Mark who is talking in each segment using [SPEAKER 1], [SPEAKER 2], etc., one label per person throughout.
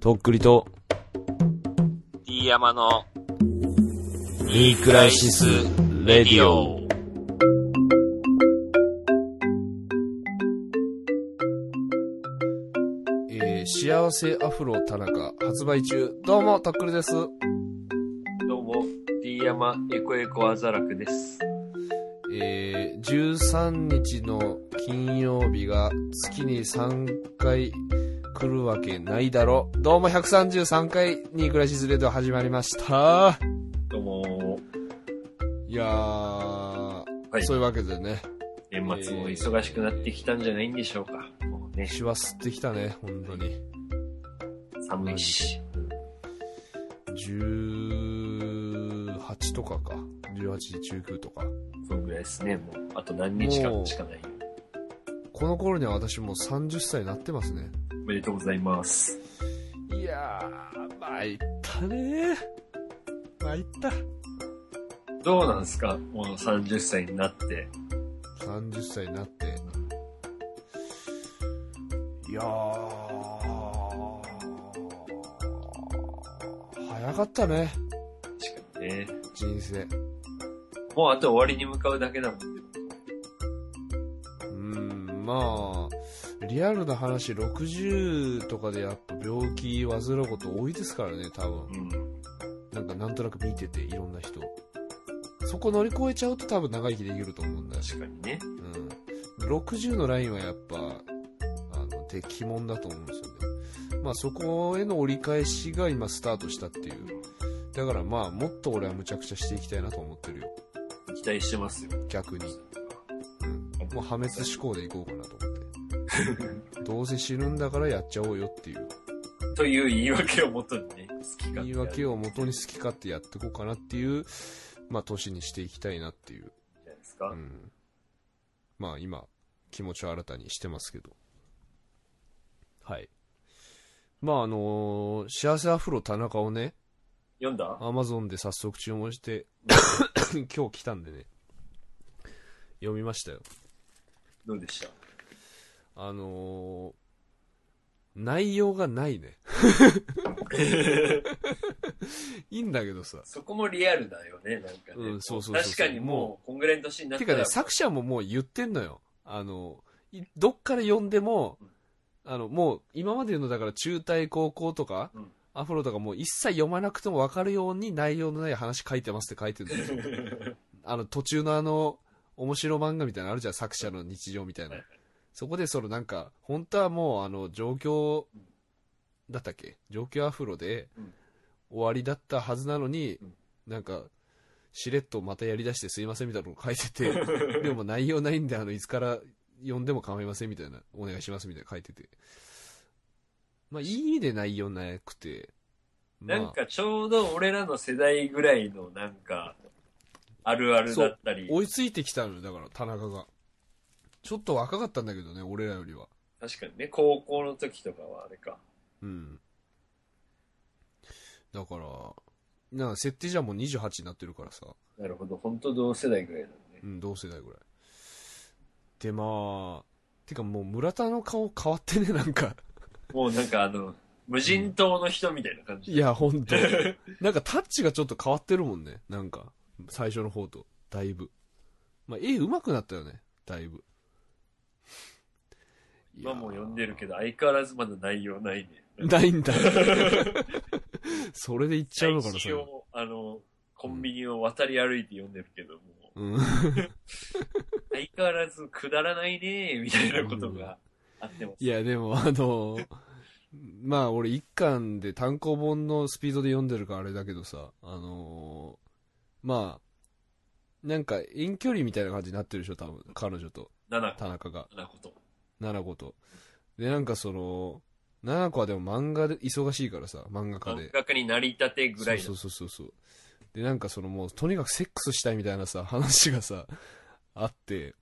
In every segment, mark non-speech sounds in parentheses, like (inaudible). [SPEAKER 1] とっくりと、
[SPEAKER 2] D 山の
[SPEAKER 1] いいクライシス・レディオ。
[SPEAKER 3] えー幸せアフロ田中発売中。どうも、タックルです。
[SPEAKER 2] どうも、D 山エコエコアザラクです。
[SPEAKER 3] えー13日の金曜日が月に3回来るわけないだろ。どうも、133回にクライシスレディオ始まりました。
[SPEAKER 2] どうも、
[SPEAKER 3] いやー、
[SPEAKER 2] い
[SPEAKER 3] そういうわけでね、
[SPEAKER 2] 年末も忙しくなってきたんじゃないんでしょうか。もうね、
[SPEAKER 3] シワ吸ってきたね、本当に。
[SPEAKER 2] 寒いし。
[SPEAKER 3] 18とかか。18、19とか。
[SPEAKER 2] そのぐらいですね、もう。あと何日かしかない。
[SPEAKER 3] この頃には私もう30歳になってますね。
[SPEAKER 2] おめでとうございます。
[SPEAKER 3] いやー、参ったねー。参った。
[SPEAKER 2] どうなんすかもう30歳になって。
[SPEAKER 3] 30歳になって。いやー、早かったね、
[SPEAKER 2] 確かにね。
[SPEAKER 3] 人生。う
[SPEAKER 2] もうあと終わりに向かうだけだもんね。
[SPEAKER 3] ーん、まあ、リアルな話、60とかでやっぱ病気患うこと多いですからね、多分。
[SPEAKER 2] うん。
[SPEAKER 3] なんかなんとなく見てて、いろんな人。そこ乗り越えちゃうと多分長生きできると思うんだよ。
[SPEAKER 2] 確かにね。
[SPEAKER 3] うん、60のラインはやっぱ、あの、敵もんだと思うんですよね。まあそこへの折り返しが今スタートしたっていう。だからまあもっと俺はむちゃくちゃしていきたいなと思ってるよ。
[SPEAKER 2] 期待してますよ。
[SPEAKER 3] 逆に。うん。もう破滅志向でいこうかなと思 (laughs) って。どうせ死ぬんだからやっちゃおうよっていう
[SPEAKER 2] という言い訳をもとにね、好き勝手
[SPEAKER 3] 言
[SPEAKER 2] やる。
[SPEAKER 3] い訳を元に好き勝手やっていこうかなっていう、まあ年にしていきたいなっていう。
[SPEAKER 2] じゃないですか。
[SPEAKER 3] うん。まあ今、気持ちを新たにしてますけど。はい。まああのー幸せアフロ田中をね、
[SPEAKER 2] 読んだ
[SPEAKER 3] アマゾンで早速注文して、 (coughs) 今日来たんでね、読みましたよ。
[SPEAKER 2] どうでした
[SPEAKER 3] あのー内容がないね。いいんだけどさ。
[SPEAKER 2] そこもリアルだよね、なんかね。
[SPEAKER 3] うんそうそうそう
[SPEAKER 2] 確かにもう、こんぐらいの年になってたら。
[SPEAKER 3] かね、作者ももう言ってんのよ。あの、いどっから読んでも、あの、もう今までのだから中退高校とか、
[SPEAKER 2] うん
[SPEAKER 3] アフロとかもう一切読まなくても分かるように内容のない話書いてますって書いてるん
[SPEAKER 2] (laughs)
[SPEAKER 3] ですよ。あの、途中のあの、面白漫画みたいなのあるじゃん、作者の日常みたいな
[SPEAKER 2] はい。
[SPEAKER 3] そこでそのなんか、本当はもうあの、状況
[SPEAKER 2] うん、
[SPEAKER 3] だったっけ状況アフロで
[SPEAKER 2] うん
[SPEAKER 3] 終わりだったはずなのに
[SPEAKER 2] うん、
[SPEAKER 3] なんか、しれっとまたやりだしてすいませんみたいなの書いて
[SPEAKER 2] (laughs)
[SPEAKER 3] て、でも内容ないんで、あの、いつから読んでも構いませんみたいな、お願いしますみたいな書いてて。まあ、いい意味で内容なくて。まあ
[SPEAKER 2] なんかちょうど俺らの世代ぐらいのなんか、あるあるだったり、
[SPEAKER 3] 追いついてきたのよ、だから、田中が。ちょっと若かったんだけどね、俺らよりは。
[SPEAKER 2] 確かにね、高校の時とかはあれか。
[SPEAKER 3] うん。だから、なんか設定じゃもう28になってるからさ、
[SPEAKER 2] なるほど、本当同世代ぐらいだね。
[SPEAKER 3] うん、同世代ぐらい。で、まあ、てかもう村田の顔変わってね、 (laughs) なんか。
[SPEAKER 2] もうなんかあの、無人島の人みたいな感じ。
[SPEAKER 3] いや、ほん
[SPEAKER 2] (laughs)
[SPEAKER 3] と。なんかタッチがちょっと変わってるもんね。なんか、最初の方と。だいぶ。まあ、絵上手くなったよね。だいぶ。
[SPEAKER 2] 今もう読んでるけど、相変わらずまだ内容ないね。
[SPEAKER 3] (laughs) ないんだ。それで言っちゃうのかな、そ
[SPEAKER 2] 一
[SPEAKER 3] れ。
[SPEAKER 2] 応、あの、コンビニを渡り歩いて読んでるけども、
[SPEAKER 3] うん。
[SPEAKER 2] 相変わらずくだらないねみたいなことがあってます。
[SPEAKER 3] いや、でも、あのー、まあ、俺、一巻で単行本のスピードで読んでるからあれだけどさ、あのーまあ、なんか遠距離みたいな感じになってるでしょ、多分、彼女と、
[SPEAKER 2] 7個
[SPEAKER 3] 田中が、
[SPEAKER 2] なこと。
[SPEAKER 3] 奈々子と。で、なんかその、奈々子はでも漫画で忙しいからさ、漫画家で
[SPEAKER 2] 感。覚になりたてぐらいの
[SPEAKER 3] そうそうそうそうそうでなんかそのもうとにかくセックスしたいみたいなさ話がさあって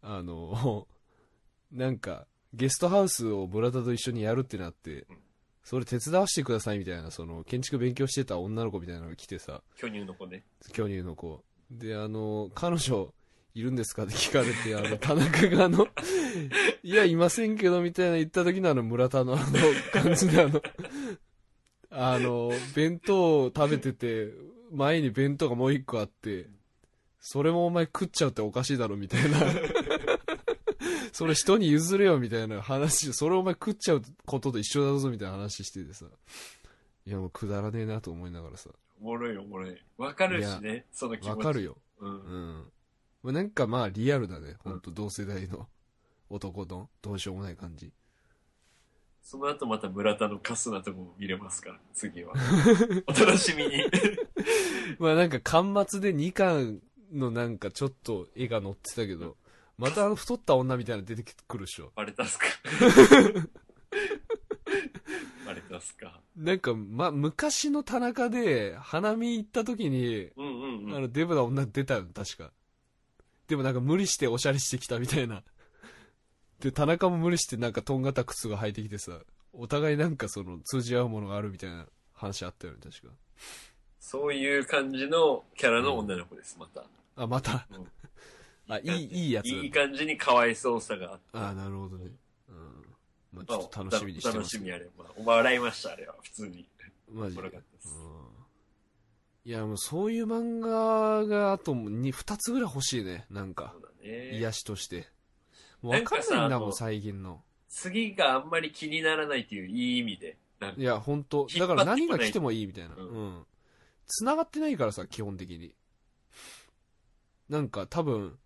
[SPEAKER 3] あの (laughs) なんかゲストハウスを村田と一緒にやるってなって
[SPEAKER 2] うん
[SPEAKER 3] それ手伝わせてくださいみたいなその建築勉強してた女の子みたいなのが来てさ
[SPEAKER 2] 巨乳の子ね。
[SPEAKER 3] 巨乳の子であの彼女いるんですか (laughs) って聞かれてあの田中があの (laughs) いやいませんけどみたいな言った時のあの村田のあの感じであの (laughs) あの、弁当を食べてて、前に弁当がもう一個あって、それもお前食っちゃうっておかしいだろ、みたいな。 (laughs) それ人に譲れよ、みたいな話、それお前食っちゃうことと一緒だぞ、みたいな話しててさ。いや、もうくだらねえなと思いながらさ。
[SPEAKER 2] おもろいおもろい。わかるしね、その気持ち。
[SPEAKER 3] わかるよ。
[SPEAKER 2] う。
[SPEAKER 3] うんん。まあなんかまあ、リアルだね。ほんと、同世代の (laughs) 男の、どうしようもない感じ。
[SPEAKER 2] その後また村田のカスなとこも見れますから、次
[SPEAKER 3] (laughs)
[SPEAKER 2] は。お楽しみに。
[SPEAKER 3] まあなんか、巻末で2巻のなんかちょっと絵が載ってたけど、またあの太った女みたいなの出てくるでしょ。
[SPEAKER 2] バレたっ
[SPEAKER 3] (laughs)
[SPEAKER 2] すかバレたっすか
[SPEAKER 3] なんか、ま、昔の田中で、花見行った時に、
[SPEAKER 2] うんうん
[SPEAKER 3] あ
[SPEAKER 2] うん。
[SPEAKER 3] の、デブな女出たよ、確か。でもなんか無理しておしゃれしてきたみたいな。で、田中も無理してなんかとんがった靴が履いてきてさ、お互いなんかその通じ合うものがあるみたいな話あったよね、確か。
[SPEAKER 2] そういう感じのキャラの女の子です、また。
[SPEAKER 3] あ、また。
[SPEAKER 2] うん
[SPEAKER 3] あ、いい、いいやつだ
[SPEAKER 2] いい感じに可哀想さがあって。
[SPEAKER 3] あ、なるほどね。うん。まあちょっと楽しみにしてま
[SPEAKER 2] まあお楽
[SPEAKER 3] す
[SPEAKER 2] し
[SPEAKER 3] け
[SPEAKER 2] み
[SPEAKER 3] ど。
[SPEAKER 2] あれば。お前笑いました、あれは。普通に。
[SPEAKER 3] マジで。うん
[SPEAKER 2] おもろかったです。
[SPEAKER 3] いや、もうそういう漫画が、あともうに二つぐらい欲しいね、なんか
[SPEAKER 2] そ。うだね。
[SPEAKER 3] 癒しとして。もうわかんないんだもん、最近の。
[SPEAKER 2] 次があんまり気にならないっていういい意味で。なんか
[SPEAKER 3] いや、本当だから何が来てもいいみたいな。
[SPEAKER 2] う
[SPEAKER 3] うんん。繋がってないからさ、基本的に。なんか多分、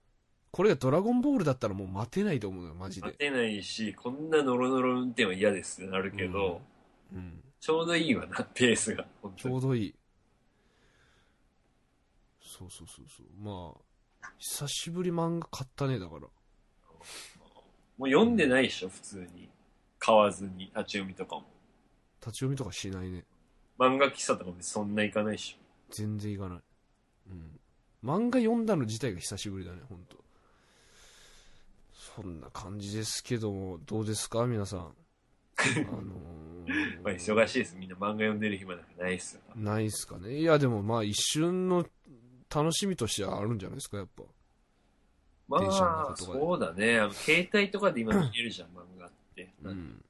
[SPEAKER 3] これがドラゴンボールだったらもう待てないと思うのよ、マジ
[SPEAKER 2] 勝
[SPEAKER 3] で。
[SPEAKER 2] てないし、こんなノロノロ運転は嫌ですってなるけど、
[SPEAKER 3] うん。
[SPEAKER 2] ちょうどいいわな、ペースが。本
[SPEAKER 3] ち
[SPEAKER 2] 当
[SPEAKER 3] ょ
[SPEAKER 2] に
[SPEAKER 3] うどいい。そうそうそうそう。まあ、久しぶり漫画買ったね、だから。
[SPEAKER 2] もう読んでないでしょ、普通に。買わずに、立ち読みとかも。
[SPEAKER 3] 立ち読みとかしないね。
[SPEAKER 2] 漫画喫茶とかもそんな行かないでし
[SPEAKER 3] 全然いかない。うん。漫画読んだの自体が久しぶりだね、ほんと。そんな感じですけども、どうですか、皆さん。あ
[SPEAKER 2] (laughs)
[SPEAKER 3] の
[SPEAKER 2] ょ。まあ、
[SPEAKER 3] ー、
[SPEAKER 2] 忙しいです。みんな漫画読んでる暇なんかないっすよ。
[SPEAKER 3] ないっすかね。いや、でもまあ、一瞬の楽しみとしてはあるんじゃないですか、やっぱ。
[SPEAKER 2] ま
[SPEAKER 3] 電車の中
[SPEAKER 2] あ、
[SPEAKER 3] とかで
[SPEAKER 2] そうだね。あの携帯とかで今見れるじゃん、漫画って。
[SPEAKER 3] うん。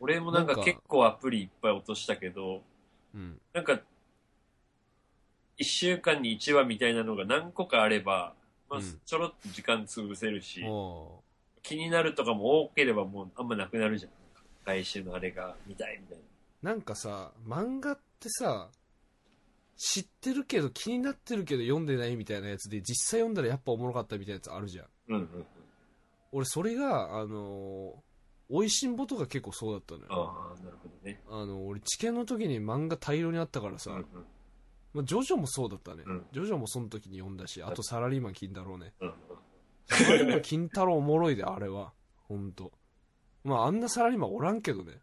[SPEAKER 2] 俺もなんか
[SPEAKER 3] なんか
[SPEAKER 2] 結構アプリいっぱい落としたけど、
[SPEAKER 3] うん。
[SPEAKER 2] なんか、一週間に一話みたいなのが何個かあれば、まあ
[SPEAKER 3] うん、
[SPEAKER 2] ちょろっと時間潰せるし、
[SPEAKER 3] あ
[SPEAKER 2] 気になるとかも多ければもうあんまなくなるじゃん。来週のあれが見たいみたいな。
[SPEAKER 3] あ。なんかさ、漫画ってさ、知ってるけど気になってるけど読んでないみたいなやつで、実際読んだらやっぱおもろかったみたいなやつあるじゃん。
[SPEAKER 2] うんうんうん。
[SPEAKER 3] 俺それがあのー、おいしんぼとか結構そうだったのよ
[SPEAKER 2] ああ、なるほどね。
[SPEAKER 3] あの俺知見の時に漫画大量にあったからさ、
[SPEAKER 2] うんうん
[SPEAKER 3] まあ、ジョジョもそうだったね、
[SPEAKER 2] うん
[SPEAKER 3] ジョジョもその時に読んだしあとサラリーマン金太郎ね
[SPEAKER 2] うんうん。
[SPEAKER 3] サラリーマン金太郎おもろい
[SPEAKER 2] (laughs)
[SPEAKER 3] であれはほんとまああんなサラリーマンおらんけどね、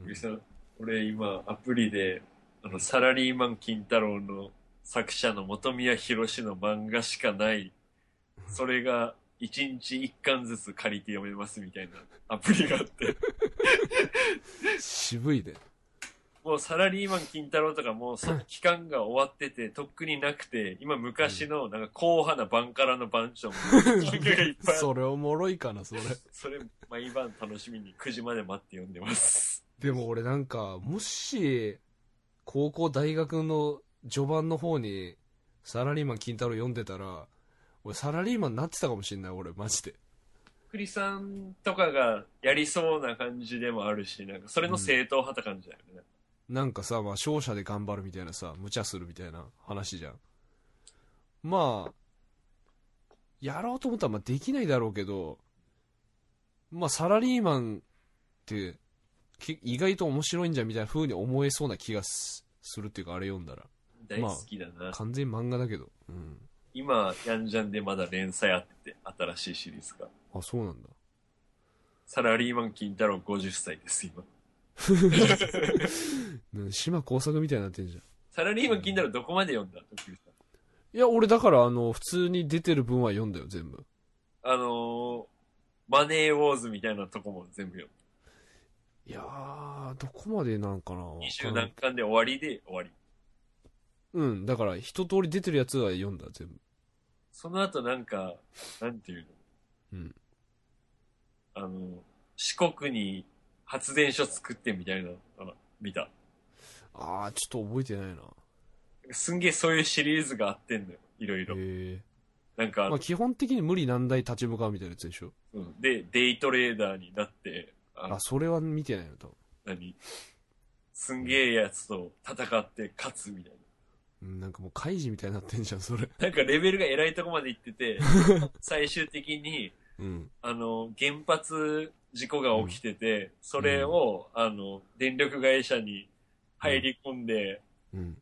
[SPEAKER 3] うん
[SPEAKER 2] ゆきさん、俺今アプリで、あの、サラリーマン金太郎の作者の本宮博の漫画しかない、それが一日一巻ずつ借りて読めますみたいなアプリがあって、
[SPEAKER 3] 渋いで
[SPEAKER 2] もうサラリーマン金太郎とかもうその期間が終わってて、とっくになくて、今昔のなんか硬派なバンカラの番長も漫画がいっぱいあって
[SPEAKER 3] それおもろいかなそれ
[SPEAKER 2] それ毎晩楽しみに9時まで待って読んでます。
[SPEAKER 3] でも俺なんかもし高校大学の序盤の方にサラリーマン金太郎読んでたら俺サラリーマンになってたかもしんない俺マジで
[SPEAKER 2] 栗さんとかがやりそうな感じでもあるし、なんかそれの正統派って感じだよね。
[SPEAKER 3] なんかさ、まあ、勝者で頑張るみたいなさ、無茶するみたいな話じゃん。まあ、やろうと思ったらまあできないだろうけど、まあ、サラリーマンって、き意外と面白いんじゃんみたいな風に思えそうな気がすするっていうか、あれ読んだら。
[SPEAKER 2] 大好きだな。
[SPEAKER 3] 完全に漫画だけど。うん。
[SPEAKER 2] 今、ヤンジャンでまだ連載あってて、新しいシリーズが。
[SPEAKER 3] あ、そうなんだ。
[SPEAKER 2] サラリーマン金太郎50歳です、今。
[SPEAKER 3] ね島工作みたいになってんじゃん。
[SPEAKER 2] サラリーマン金太郎どこまで読んだ徳井さん
[SPEAKER 3] いや、俺だから、あの、普通に出てる分は読んだよ、全部。
[SPEAKER 2] あのー、マネーウォーズみたいなとこも全部読んだ。
[SPEAKER 3] いやー、どこまでなんかな。わ
[SPEAKER 2] 二
[SPEAKER 3] か
[SPEAKER 2] 十
[SPEAKER 3] んない
[SPEAKER 2] 何巻で終わりで終わり。
[SPEAKER 3] うん、だから一通り出てるやつは読んだ、全部。
[SPEAKER 2] その後なんか、なんていうの
[SPEAKER 3] うん。
[SPEAKER 2] あの、四国に発電所作ってみたいなのあ見た。
[SPEAKER 3] ああ、ちょっと覚えてないな。
[SPEAKER 2] すんげえそういうシリーズがあってんのよ。いろいろ。
[SPEAKER 3] え
[SPEAKER 2] なん
[SPEAKER 3] え
[SPEAKER 2] か、
[SPEAKER 3] まあ基本的に無理難題立ち向かうみたいなやつでしょ。
[SPEAKER 2] うんで、デイトレーダーになって、あ
[SPEAKER 3] あ、それは見てないの、多分。
[SPEAKER 2] 何すんげえやつと戦って勝つみたい
[SPEAKER 3] うんなんかもう、カイジみたいになってんじゃん、それ。
[SPEAKER 2] な。なんかレベルが偉いとこまで行っ
[SPEAKER 3] (laughs)
[SPEAKER 2] てて、最終的に、
[SPEAKER 3] うん。
[SPEAKER 2] あの、原発事故が起きてて、それを、あの、電力会社に入り込んで、
[SPEAKER 3] うん。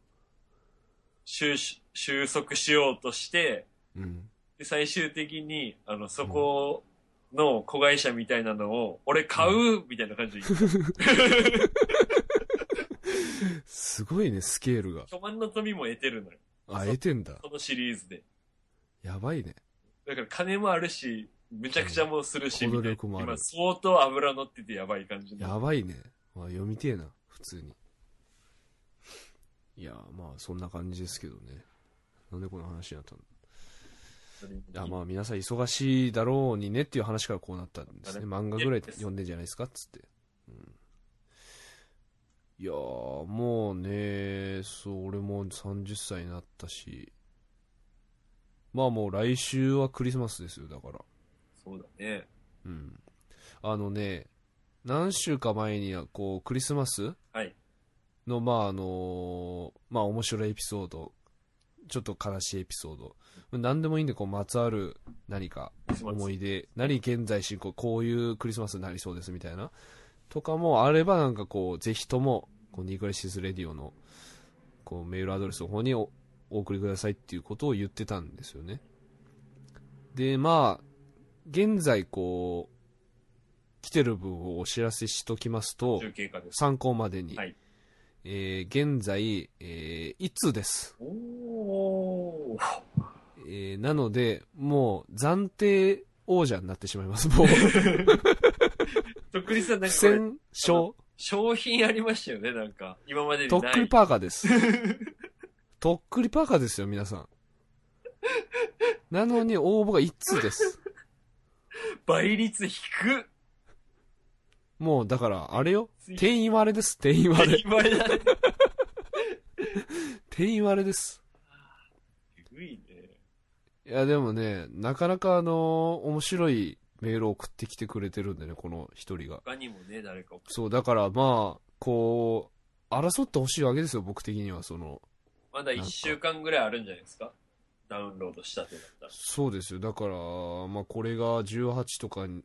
[SPEAKER 2] 収し収束しようとして、
[SPEAKER 3] うん。 (laughs)
[SPEAKER 2] で、最終的に、あの、そこの子会社みたいなのを、俺買うみたいな感じで言った。
[SPEAKER 3] (laughs) すごいね、スケールが。
[SPEAKER 2] 巨万の富も得てるのよ。
[SPEAKER 3] あ、得てんだ。
[SPEAKER 2] このシリーズで。
[SPEAKER 3] やばいね。
[SPEAKER 2] だから金もあるし、むちゃくちゃもするし、
[SPEAKER 3] うん
[SPEAKER 2] みたいな
[SPEAKER 3] 行動力もある
[SPEAKER 2] 今相当油乗っててやばい感じの
[SPEAKER 3] やばいね。まあ、読みてえな、普通に。いや、まあ、そんな感じですけどね。なんでこの話になったのいや、まあ、皆さん忙しいだろうにねっていう話からこうなったんですね。漫画ぐらい読んでんじゃないですかっつって。うんいやー、もうね、そう、俺も30歳になったし。まあもう来週はクリスマスですよ、だから。
[SPEAKER 2] そうだね。
[SPEAKER 3] うん。あのね、何週か前には、こう、クリスマス
[SPEAKER 2] はい。
[SPEAKER 3] の、まあ、あのまあ、面白いエピソード、ちょっと悲しいエピソード、何でもいいんで、こう、まつわる何か、思い出、何現在進行、こういうクリスマスになりそうですみたいな、とかもあれば、なんかこう、ぜひとも、こうニクレシスレディオの、こう、メールアドレスの方におお送りくださいっていうことを言ってたんですよね。で、まあ、現在、こう、来てる分をお知らせしときますと、
[SPEAKER 2] 中継化です。
[SPEAKER 3] 参考までに、
[SPEAKER 2] はい
[SPEAKER 3] えー現在、えー、いつです、
[SPEAKER 2] おー。
[SPEAKER 3] えーなのでもう暫定王者になってしまいますもう
[SPEAKER 2] とっくりさん、なん
[SPEAKER 3] 不
[SPEAKER 2] かこれ
[SPEAKER 3] 戦勝
[SPEAKER 2] 商品ありましたよね、なんか。今までに
[SPEAKER 3] とっ
[SPEAKER 2] な
[SPEAKER 3] くり
[SPEAKER 2] い。
[SPEAKER 3] パーカーですとっくりパーカーですよ皆さんなのに応募が一通です
[SPEAKER 2] (laughs) 倍率低っ
[SPEAKER 3] もうだからあれよ定員割れです定員割れ
[SPEAKER 2] 今だね。
[SPEAKER 3] 定員割れです
[SPEAKER 2] えぐいね。
[SPEAKER 3] いやでもねなかなかあのー面白いメールを送ってきてくれてるんでねこの一人が
[SPEAKER 2] 他にもね、誰か送って
[SPEAKER 3] そう、だからまあ、こう、争ってほしいわけですよ、僕的には。その、
[SPEAKER 2] まだ1週間ぐらいあるんじゃないですかダウンロードしたってなったら。
[SPEAKER 3] そうですよ。だから、まあこれが18とかに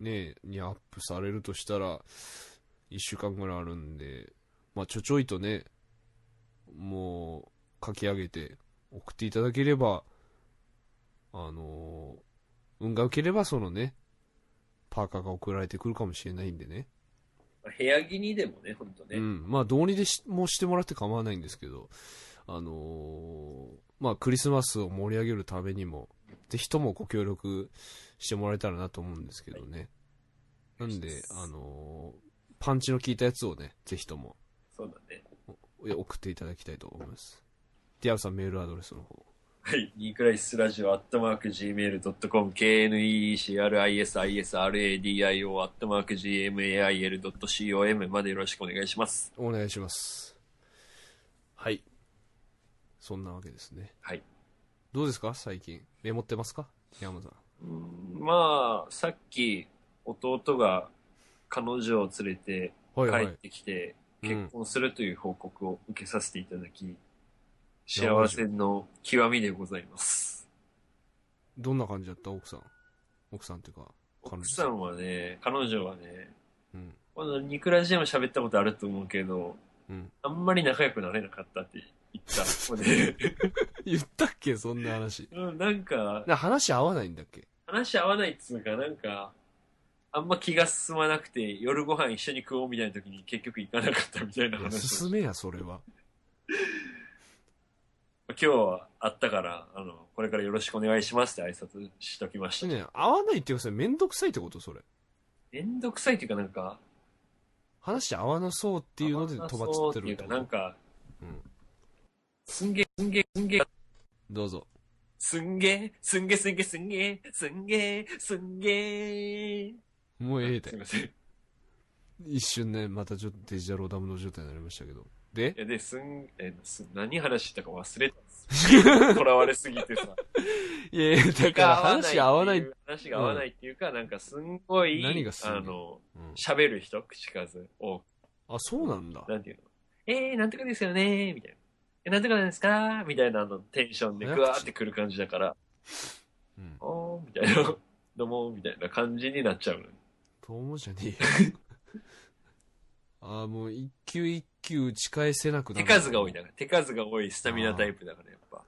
[SPEAKER 3] ね、にアップされるとしたら、1週間ぐらいあるんで、まあちょちょいとね、もう、書き上げて送っていただければ、あのー運が良ければそのね、パーカーが送られてくるかもしれないんでね。
[SPEAKER 2] 部屋着にでもね、ほんとね。
[SPEAKER 3] うん、まあどうにでしもしてもらって構わないんですけど、あのーまあクリスマスを盛り上げるためにも、ぜひともご協力してもらえたらなと思うんですけどね。なんで、あのーパンチの効いたやつをね、ぜひとも
[SPEAKER 2] そうだね。
[SPEAKER 3] いや送っていただきたいと思います。ディアルさんメールアドレスの方。
[SPEAKER 2] はい。ニークライスラジオアットマーク Gmail.com KNEECRISISRADIO アットマーク GMAIL.com までよろしくお願いします。
[SPEAKER 3] お願いします。はい。そんなわけですね。
[SPEAKER 2] はい。
[SPEAKER 3] どうですか最近。メモってますか山田さん。
[SPEAKER 2] まあ、さっき弟が彼女を連れて
[SPEAKER 3] はいはい
[SPEAKER 2] 帰ってきて結婚するという報告を受けさせていただき、幸せの極みでございます。
[SPEAKER 3] どんな感じだった奥さん。奥さんっていうか、彼
[SPEAKER 2] 奥
[SPEAKER 3] 女
[SPEAKER 2] さんはね、彼女はね、
[SPEAKER 3] うん。
[SPEAKER 2] まだニクラジでも喋ったことあると思うけど、
[SPEAKER 3] うん。
[SPEAKER 2] あんまり仲良くなれなかったって言った子で、
[SPEAKER 3] (laughs) 言ったっけそんな話。
[SPEAKER 2] うん、なんか、
[SPEAKER 3] な話合わないんだっけ
[SPEAKER 2] 話合わないっつうか、なんか、あんま気が進まなくて、夜ご飯一緒に食おうみたいな時に結局行かなかったみたいない
[SPEAKER 3] や
[SPEAKER 2] 話をして
[SPEAKER 3] 進めや、それは。
[SPEAKER 2] 今日はあったから、あの、これからよろしくお願いしますって挨拶しときました。
[SPEAKER 3] ね、合わないっていうかそれめんどくさいってことそれ。
[SPEAKER 2] めんどくさいっていうかなんか、
[SPEAKER 3] 話合わなそうっていうので
[SPEAKER 2] あ
[SPEAKER 3] 飛ばつってる
[SPEAKER 2] そう
[SPEAKER 3] っ
[SPEAKER 2] って
[SPEAKER 3] て
[SPEAKER 2] いう
[SPEAKER 3] こ
[SPEAKER 2] か、なん
[SPEAKER 3] と
[SPEAKER 2] か、
[SPEAKER 3] うん
[SPEAKER 2] すんげえ、すんげえ、すんげえ、
[SPEAKER 3] どうぞ。
[SPEAKER 2] すんげえ、すんげえ、すんげえ、すんげえ、すんげえ、すんげえ。
[SPEAKER 3] もうええです
[SPEAKER 2] い。ません。
[SPEAKER 3] 一瞬ね、またちょっとデジタルオダムの状態になりましたけど。で
[SPEAKER 2] (laughs) いや、で、すん、えーす何話したか忘れたんですよ。とらわれすぎて (laughs) さ。
[SPEAKER 3] いやいや、だから話合わない。う。
[SPEAKER 2] 話が合わないっていうか、なんかすんごい、
[SPEAKER 3] 何がすんの
[SPEAKER 2] あの、
[SPEAKER 3] ん
[SPEAKER 2] 喋る人、口数を、
[SPEAKER 3] あ、そうなんだ。
[SPEAKER 2] なんていうのえー、なんとかですよねみたいな。え、なんとかなんですかみたいなあのテンションで
[SPEAKER 3] 早
[SPEAKER 2] グ
[SPEAKER 3] 口
[SPEAKER 2] ワーってくる感じだから、
[SPEAKER 3] うん。
[SPEAKER 2] おーみたいな、どうもみたいな感じになっちゃうの。
[SPEAKER 3] と思うじゃねえよ。
[SPEAKER 2] (laughs)
[SPEAKER 3] あーもう一球一球打ち返せなくな
[SPEAKER 2] 手
[SPEAKER 3] る。
[SPEAKER 2] 数が多いだから、手数が多いスタミナタイプだから、やっぱ。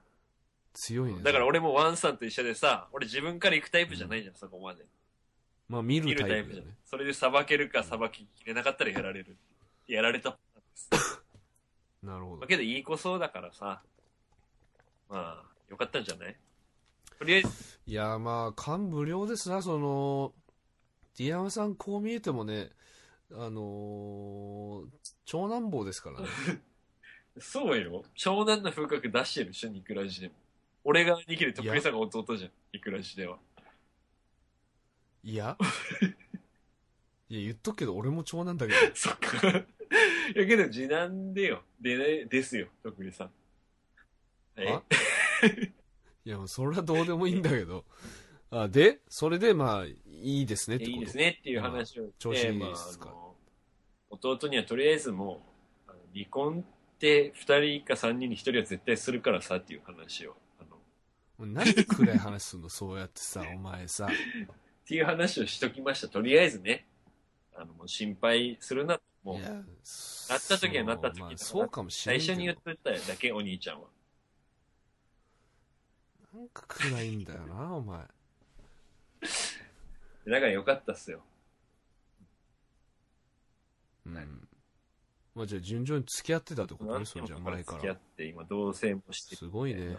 [SPEAKER 3] 強いね。
[SPEAKER 2] だから、俺もワンさんと一緒でさ、俺自分から行くタイプじゃないじゃん、そこまで。
[SPEAKER 3] まあ見
[SPEAKER 2] 見
[SPEAKER 3] る
[SPEAKER 2] る
[SPEAKER 3] タ
[SPEAKER 2] タ
[SPEAKER 3] イ
[SPEAKER 2] イ
[SPEAKER 3] プ
[SPEAKER 2] プ
[SPEAKER 3] だ
[SPEAKER 2] じ
[SPEAKER 3] よ
[SPEAKER 2] ゃない
[SPEAKER 3] ね。。
[SPEAKER 2] それでさばけるかさばききれなかったらやられる。やられたパターンです。
[SPEAKER 3] なるほ
[SPEAKER 2] まあ
[SPEAKER 3] ど。
[SPEAKER 2] けどいい子そうだからさ、まあ、よかったんじゃないとりあえず、
[SPEAKER 3] いやーまあ、感無量ですな、その、ディアムさんこう見えてもね、あのー長男坊です
[SPEAKER 2] (laughs)
[SPEAKER 3] からね。
[SPEAKER 2] そうよ。湘南の風格出してるでしょ、ニクラジでも。俺が兄貴で、とっくりさんが弟じゃん、ニクラジでは。
[SPEAKER 3] いやいや、言っとくけど、俺も長男だけ
[SPEAKER 2] そっか。い (laughs) やけど、次男でよ。でね、ですよ、とっくりさん。え
[SPEAKER 3] あど。いや、もうそれはどうでもいいんだけど。あで、それで、まあ、いいですねってこと。
[SPEAKER 2] いいですねっていう話をして、
[SPEAKER 3] 調子いい
[SPEAKER 2] まあ
[SPEAKER 3] ですか
[SPEAKER 2] あの弟にはとりあえずもう、あの離婚って2人か3人に1人は絶対するからさっていう話を。あの
[SPEAKER 3] 何で暗い話すんの、そうやってさ、お前さ。
[SPEAKER 2] っていう話をしときました。とりあえずね、あの、もう心配するな。も、
[SPEAKER 3] いうや、
[SPEAKER 2] なった時はなった時だから
[SPEAKER 3] まあそうかもしれ
[SPEAKER 2] 最
[SPEAKER 3] ない
[SPEAKER 2] 初に
[SPEAKER 3] け
[SPEAKER 2] 言っ
[SPEAKER 3] ど。
[SPEAKER 2] といただけ、お兄ちゃんは。
[SPEAKER 3] なんか暗いんだよな、お前。
[SPEAKER 2] だからよかったっすよ。
[SPEAKER 3] うん。まあじゃあ、順調に付き合ってたってこと
[SPEAKER 2] 何
[SPEAKER 3] ね、
[SPEAKER 2] 年
[SPEAKER 3] そ
[SPEAKER 2] も
[SPEAKER 3] れじゃ
[SPEAKER 2] これ
[SPEAKER 3] 前か
[SPEAKER 2] 付き合
[SPEAKER 3] ら
[SPEAKER 2] っ。て、今、同棲もして
[SPEAKER 3] すごいね。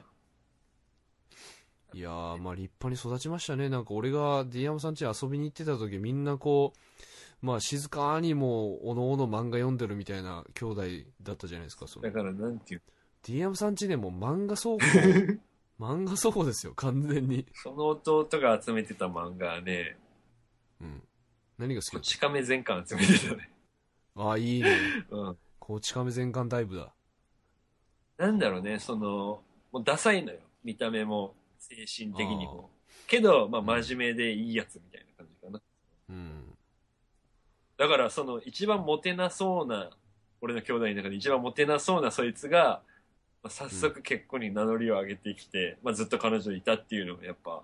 [SPEAKER 3] いやー、まあ立派に育ちましたね。なんか俺がディアムさん家遊びに行ってた時、みんなこう、まあ静かにもう、おのおの漫画読んでるみたいな兄弟だったじゃないですか、その
[SPEAKER 2] だ。から、なんていう、
[SPEAKER 3] ディアムさん家ね、もう漫画倉庫、漫画倉庫ですよ、完全に。
[SPEAKER 2] その弟が集めてた漫画はね、
[SPEAKER 3] うん。何が好きだ
[SPEAKER 2] こち亀全巻集めてたね。
[SPEAKER 3] ああ、いいね。
[SPEAKER 2] うん。
[SPEAKER 3] 高知亀全館ダイブだ。
[SPEAKER 2] なんだろうね、その、もうダサいのよ。見た目も、精神的にも。けど、まあ、真面目でいいやつみたいな感じかな。
[SPEAKER 3] うん。
[SPEAKER 2] だからその一番モテなそうな俺の兄弟の中で一番モテなそうなそいつが、まあ、早速結婚に名乗りを上げてきて、まあ、ずっと彼女いたっていうのがやっぱ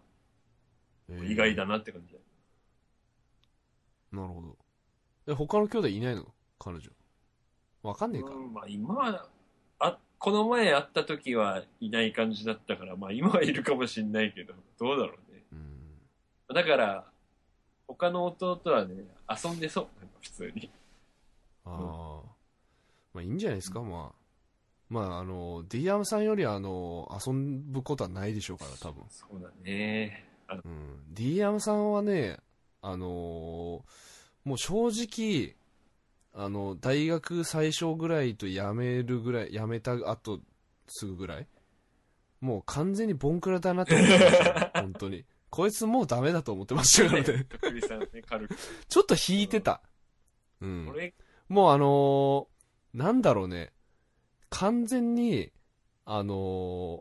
[SPEAKER 2] 意外だなって感じ、
[SPEAKER 3] なるほど。え、他の兄弟いないの彼女。わかんねえか。
[SPEAKER 2] うんまあ、今はあこの前会った時はいない感じだったから、まあ、今はいるかもしんないけどどうだろうね
[SPEAKER 3] うん。
[SPEAKER 2] だから他の弟はね遊んでそうなんか普通に
[SPEAKER 3] ああ。まあいいんじゃないですか、まあ。まあ、あの、ディアムさんより、あの、遊ぶことはないでしょうから、多分。
[SPEAKER 2] そうだね
[SPEAKER 3] うん。ディアムさんはね、あのーもう正直、あの、大学最初ぐらいと辞めるぐらい、辞めた後すぐぐらい、もう完全にボンクラだなと思ってました (laughs) ね、本当に。こいつもうダメだと思ってましたからね。
[SPEAKER 2] 徳利さんね軽く
[SPEAKER 3] ちょっと引いてた。うん。
[SPEAKER 2] 俺
[SPEAKER 3] もうあのーなんだろうね。完全に、あのー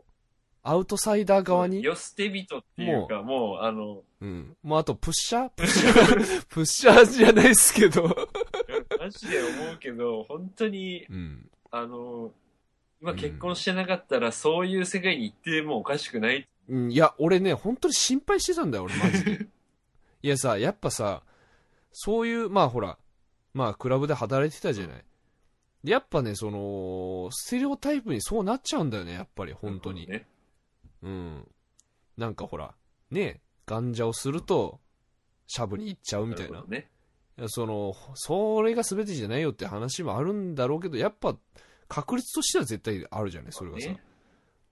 [SPEAKER 3] アウトサイダー側に、
[SPEAKER 2] よ捨て人っていうか、もう、あの、
[SPEAKER 3] うん。もうあと、プッシャープッシャ (laughs) ープッシャーじゃないですけど。
[SPEAKER 2] いやマジで思うけど、本当に、
[SPEAKER 3] うん。
[SPEAKER 2] あの、今結婚してなかったら、そういう世界に行ってもおかしくない。
[SPEAKER 3] うんいや、俺ね、本当に心配してたんだよ、俺、マジで。いやさ、やっぱさ、そういう、まあほら、まあ、クラブで働いてたじゃない。でやっぱね、その、ステレオタイプにそうなっちゃうんだよね、やっぱり、本当に。
[SPEAKER 2] ね。
[SPEAKER 3] うん。なんかほら、ね、ガンジャをすると、シャブに行っちゃうみたい
[SPEAKER 2] る
[SPEAKER 3] な。
[SPEAKER 2] ほどね。
[SPEAKER 3] いやその、それが全てじゃないよって話もあるんだろうけど、やっぱ、確率としては絶対あるじゃない、それがさ。
[SPEAKER 2] ね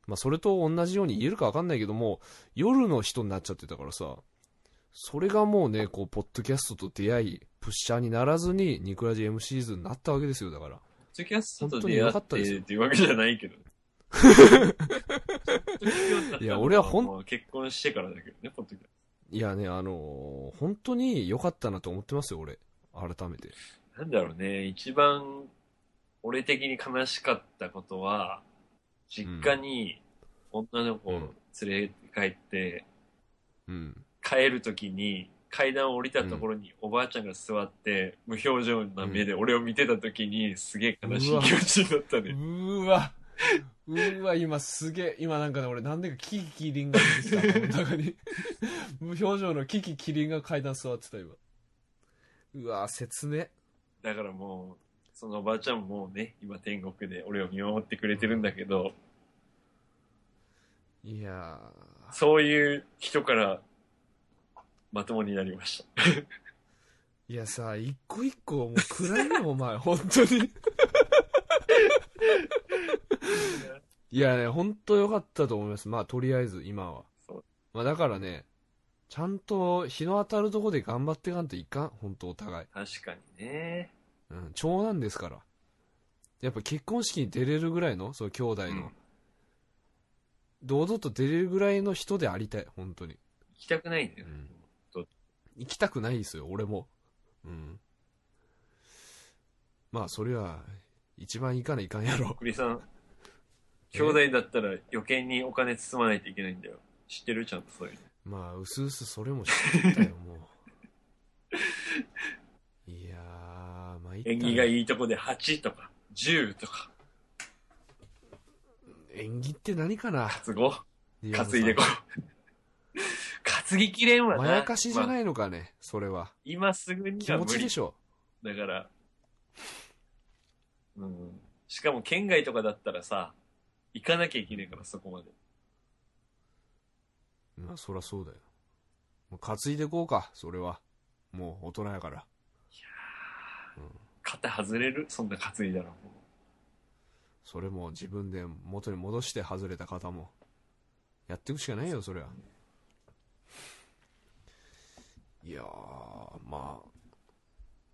[SPEAKER 3] まあ、それと同じように言えるか分かんないけども、夜の人になっちゃってたからさ、それがもうね、こう、ポッドキャストと出会い、プッシャーにならずに、ニクラジ M シーズンになったわけですよ、だから。
[SPEAKER 2] ポッドキャストと
[SPEAKER 3] 本当に
[SPEAKER 2] 出会
[SPEAKER 3] 良
[SPEAKER 2] っ
[SPEAKER 3] かったです
[SPEAKER 2] て
[SPEAKER 3] よ
[SPEAKER 2] っていうわけじゃない
[SPEAKER 3] (laughs)
[SPEAKER 2] けど。
[SPEAKER 3] いや俺はほん
[SPEAKER 2] ん結婚してからだけどね、ポッドキャス
[SPEAKER 3] いやね、あのー本当に良かったなと思ってますよ、俺。改めて。
[SPEAKER 2] ト。なんだろうね、一番俺的に悲しかったことは、実家に女の子を連れ帰って、
[SPEAKER 3] うん。
[SPEAKER 2] 帰るときに階段を降りたところにおばあちゃんが座って、無表情な目で俺を見てたときに、すげえ悲しい気持ちになった
[SPEAKER 3] う
[SPEAKER 2] ね。
[SPEAKER 3] ーわ。うーわ、今すげえ、今なんかね、俺なんでかキキキリンが出てきた頭の中に。無表情のキキキリンが階段座ってた、今。うわ、説明。
[SPEAKER 2] だからもう、そのおばあちゃんもね、今天国で俺を見守ってくれてるんだけど、
[SPEAKER 3] いやー
[SPEAKER 2] そういう人からまともになりました。
[SPEAKER 3] いやさ、一個一個もう暗いよ、お前、本当に。
[SPEAKER 2] (laughs)
[SPEAKER 3] いやね、本当良かったと思います。まあ、とりあえず、今は
[SPEAKER 2] そう。
[SPEAKER 3] まあ、だからね、ちゃんと日の当たるとこで頑張っていかんといかん、本当お互い。
[SPEAKER 2] 確かにね。
[SPEAKER 3] うん、長男ですから。やっぱ結婚式に出れるぐらいの、そう、兄弟の、
[SPEAKER 2] うん
[SPEAKER 3] 堂々と出れるぐらいの人でありたい、本当に。
[SPEAKER 2] 行きたくないんだよ
[SPEAKER 3] う
[SPEAKER 2] ね。
[SPEAKER 3] ん行きたくないですよ、俺も。うん。まあ、それは、一番いかないかんやろ。 (laughs)
[SPEAKER 2] 栗さん、兄弟だったら余計にお金包まないといけないんだよ。知ってるちゃんとそういうの。
[SPEAKER 3] まあ、うすうすそれも知って
[SPEAKER 2] (laughs)
[SPEAKER 3] たよ、もう。いやー、まあ、
[SPEAKER 2] 縁起が
[SPEAKER 3] い。
[SPEAKER 2] いいとこで8とか、10とか、
[SPEAKER 3] 縁起って何かな
[SPEAKER 2] すご担いでこう。 (laughs) 担ぎきれんわな。
[SPEAKER 3] まやかしじゃ
[SPEAKER 2] まあ
[SPEAKER 3] ないのかね、それは。
[SPEAKER 2] 今すぐに
[SPEAKER 3] 気
[SPEAKER 2] は
[SPEAKER 3] 持
[SPEAKER 2] 無
[SPEAKER 3] ち
[SPEAKER 2] 理
[SPEAKER 3] でしょ。
[SPEAKER 2] だから、うん。しかも県外とかだったらさ、行かなきゃいけないから、そこまで。
[SPEAKER 3] まあ、そらそうだよ。もう担いでこうか、それは。もう、大人やから。
[SPEAKER 2] 肩外れるそんな担いだらも
[SPEAKER 3] それも自分で元に戻して外れた方もやっていくしかないよそりゃいやーまあ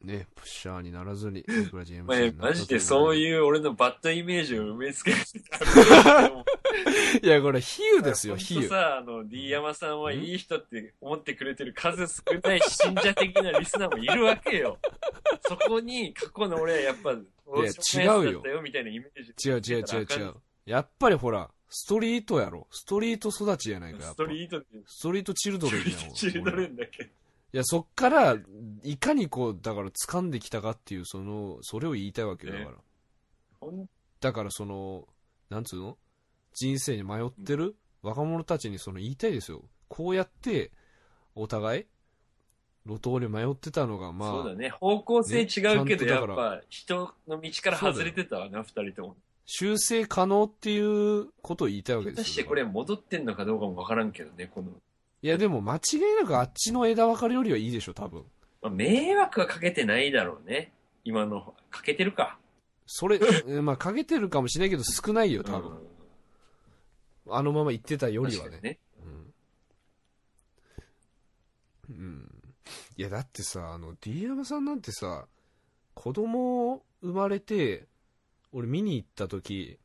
[SPEAKER 3] ねプッシャーになら
[SPEAKER 2] (laughs)
[SPEAKER 3] ずに桜ジェー
[SPEAKER 2] う。
[SPEAKER 3] ム
[SPEAKER 2] まあ
[SPEAKER 3] スになったということ、
[SPEAKER 2] マジでそういう俺のバッドイメージを埋め付けて
[SPEAKER 3] (laughs) いやこれ比喩ですよ比
[SPEAKER 2] ほん
[SPEAKER 3] 喩
[SPEAKER 2] とさ、あの、D 山さんはいい人って思ってくれてる数少ない信者的なリスナーもいるわけよ。
[SPEAKER 3] (laughs)
[SPEAKER 2] そこに過去の俺はやっぱ、
[SPEAKER 3] や
[SPEAKER 2] しようもないやつだ
[SPEAKER 3] 違
[SPEAKER 2] っ
[SPEAKER 3] う
[SPEAKER 2] たよみたいなイメージ。
[SPEAKER 3] 違う違う違う違うやっぱりほらストリートやろストリート育ちやないかやっ
[SPEAKER 2] ス
[SPEAKER 3] ぱ
[SPEAKER 2] トリートで、
[SPEAKER 3] ストリートチルド
[SPEAKER 2] ス
[SPEAKER 3] レ
[SPEAKER 2] ト
[SPEAKER 3] ン
[SPEAKER 2] リ
[SPEAKER 3] や
[SPEAKER 2] ー
[SPEAKER 3] ん
[SPEAKER 2] トチルドレンだけど。
[SPEAKER 3] いや、そっから、いかにこう、だから掴んできたかっていう、その、それを言いたいわけよ、だ
[SPEAKER 2] ね
[SPEAKER 3] から。
[SPEAKER 2] ほん
[SPEAKER 3] だからその、なんつうの人生に迷ってる若者たちにその言いたいですよ。こうやって、お互い、路頭に迷ってたのが、まあ、
[SPEAKER 2] そうだね。方向性違うけ
[SPEAKER 3] ねち
[SPEAKER 2] ど、
[SPEAKER 3] ゃんとだ
[SPEAKER 2] やっ
[SPEAKER 3] から
[SPEAKER 2] ぱ、人の道から外れてたわな、二人とも。
[SPEAKER 3] 修正可能っていうことを言いたいわけ
[SPEAKER 2] 果
[SPEAKER 3] で
[SPEAKER 2] た
[SPEAKER 3] す
[SPEAKER 2] し
[SPEAKER 3] よ。
[SPEAKER 2] てこれ戻ってんのかどうかもわからんけどね、この。
[SPEAKER 3] いや、でも間違いなくあっちの枝分かれよりはいいでしょ、多分。
[SPEAKER 2] まあ、迷惑はかけてないだろうね。今の、かけてるか。
[SPEAKER 3] それ、 (laughs) えまあ、かけてるかもしれないけど、少ないよ、多分。あのまま言ってたよ
[SPEAKER 2] うん。
[SPEAKER 3] り
[SPEAKER 2] 確か
[SPEAKER 3] はね
[SPEAKER 2] に。ね。
[SPEAKER 3] うん。うん。いや、だってさ、あの、D 山さんなんてさ、子供生まれて、俺見に行った時、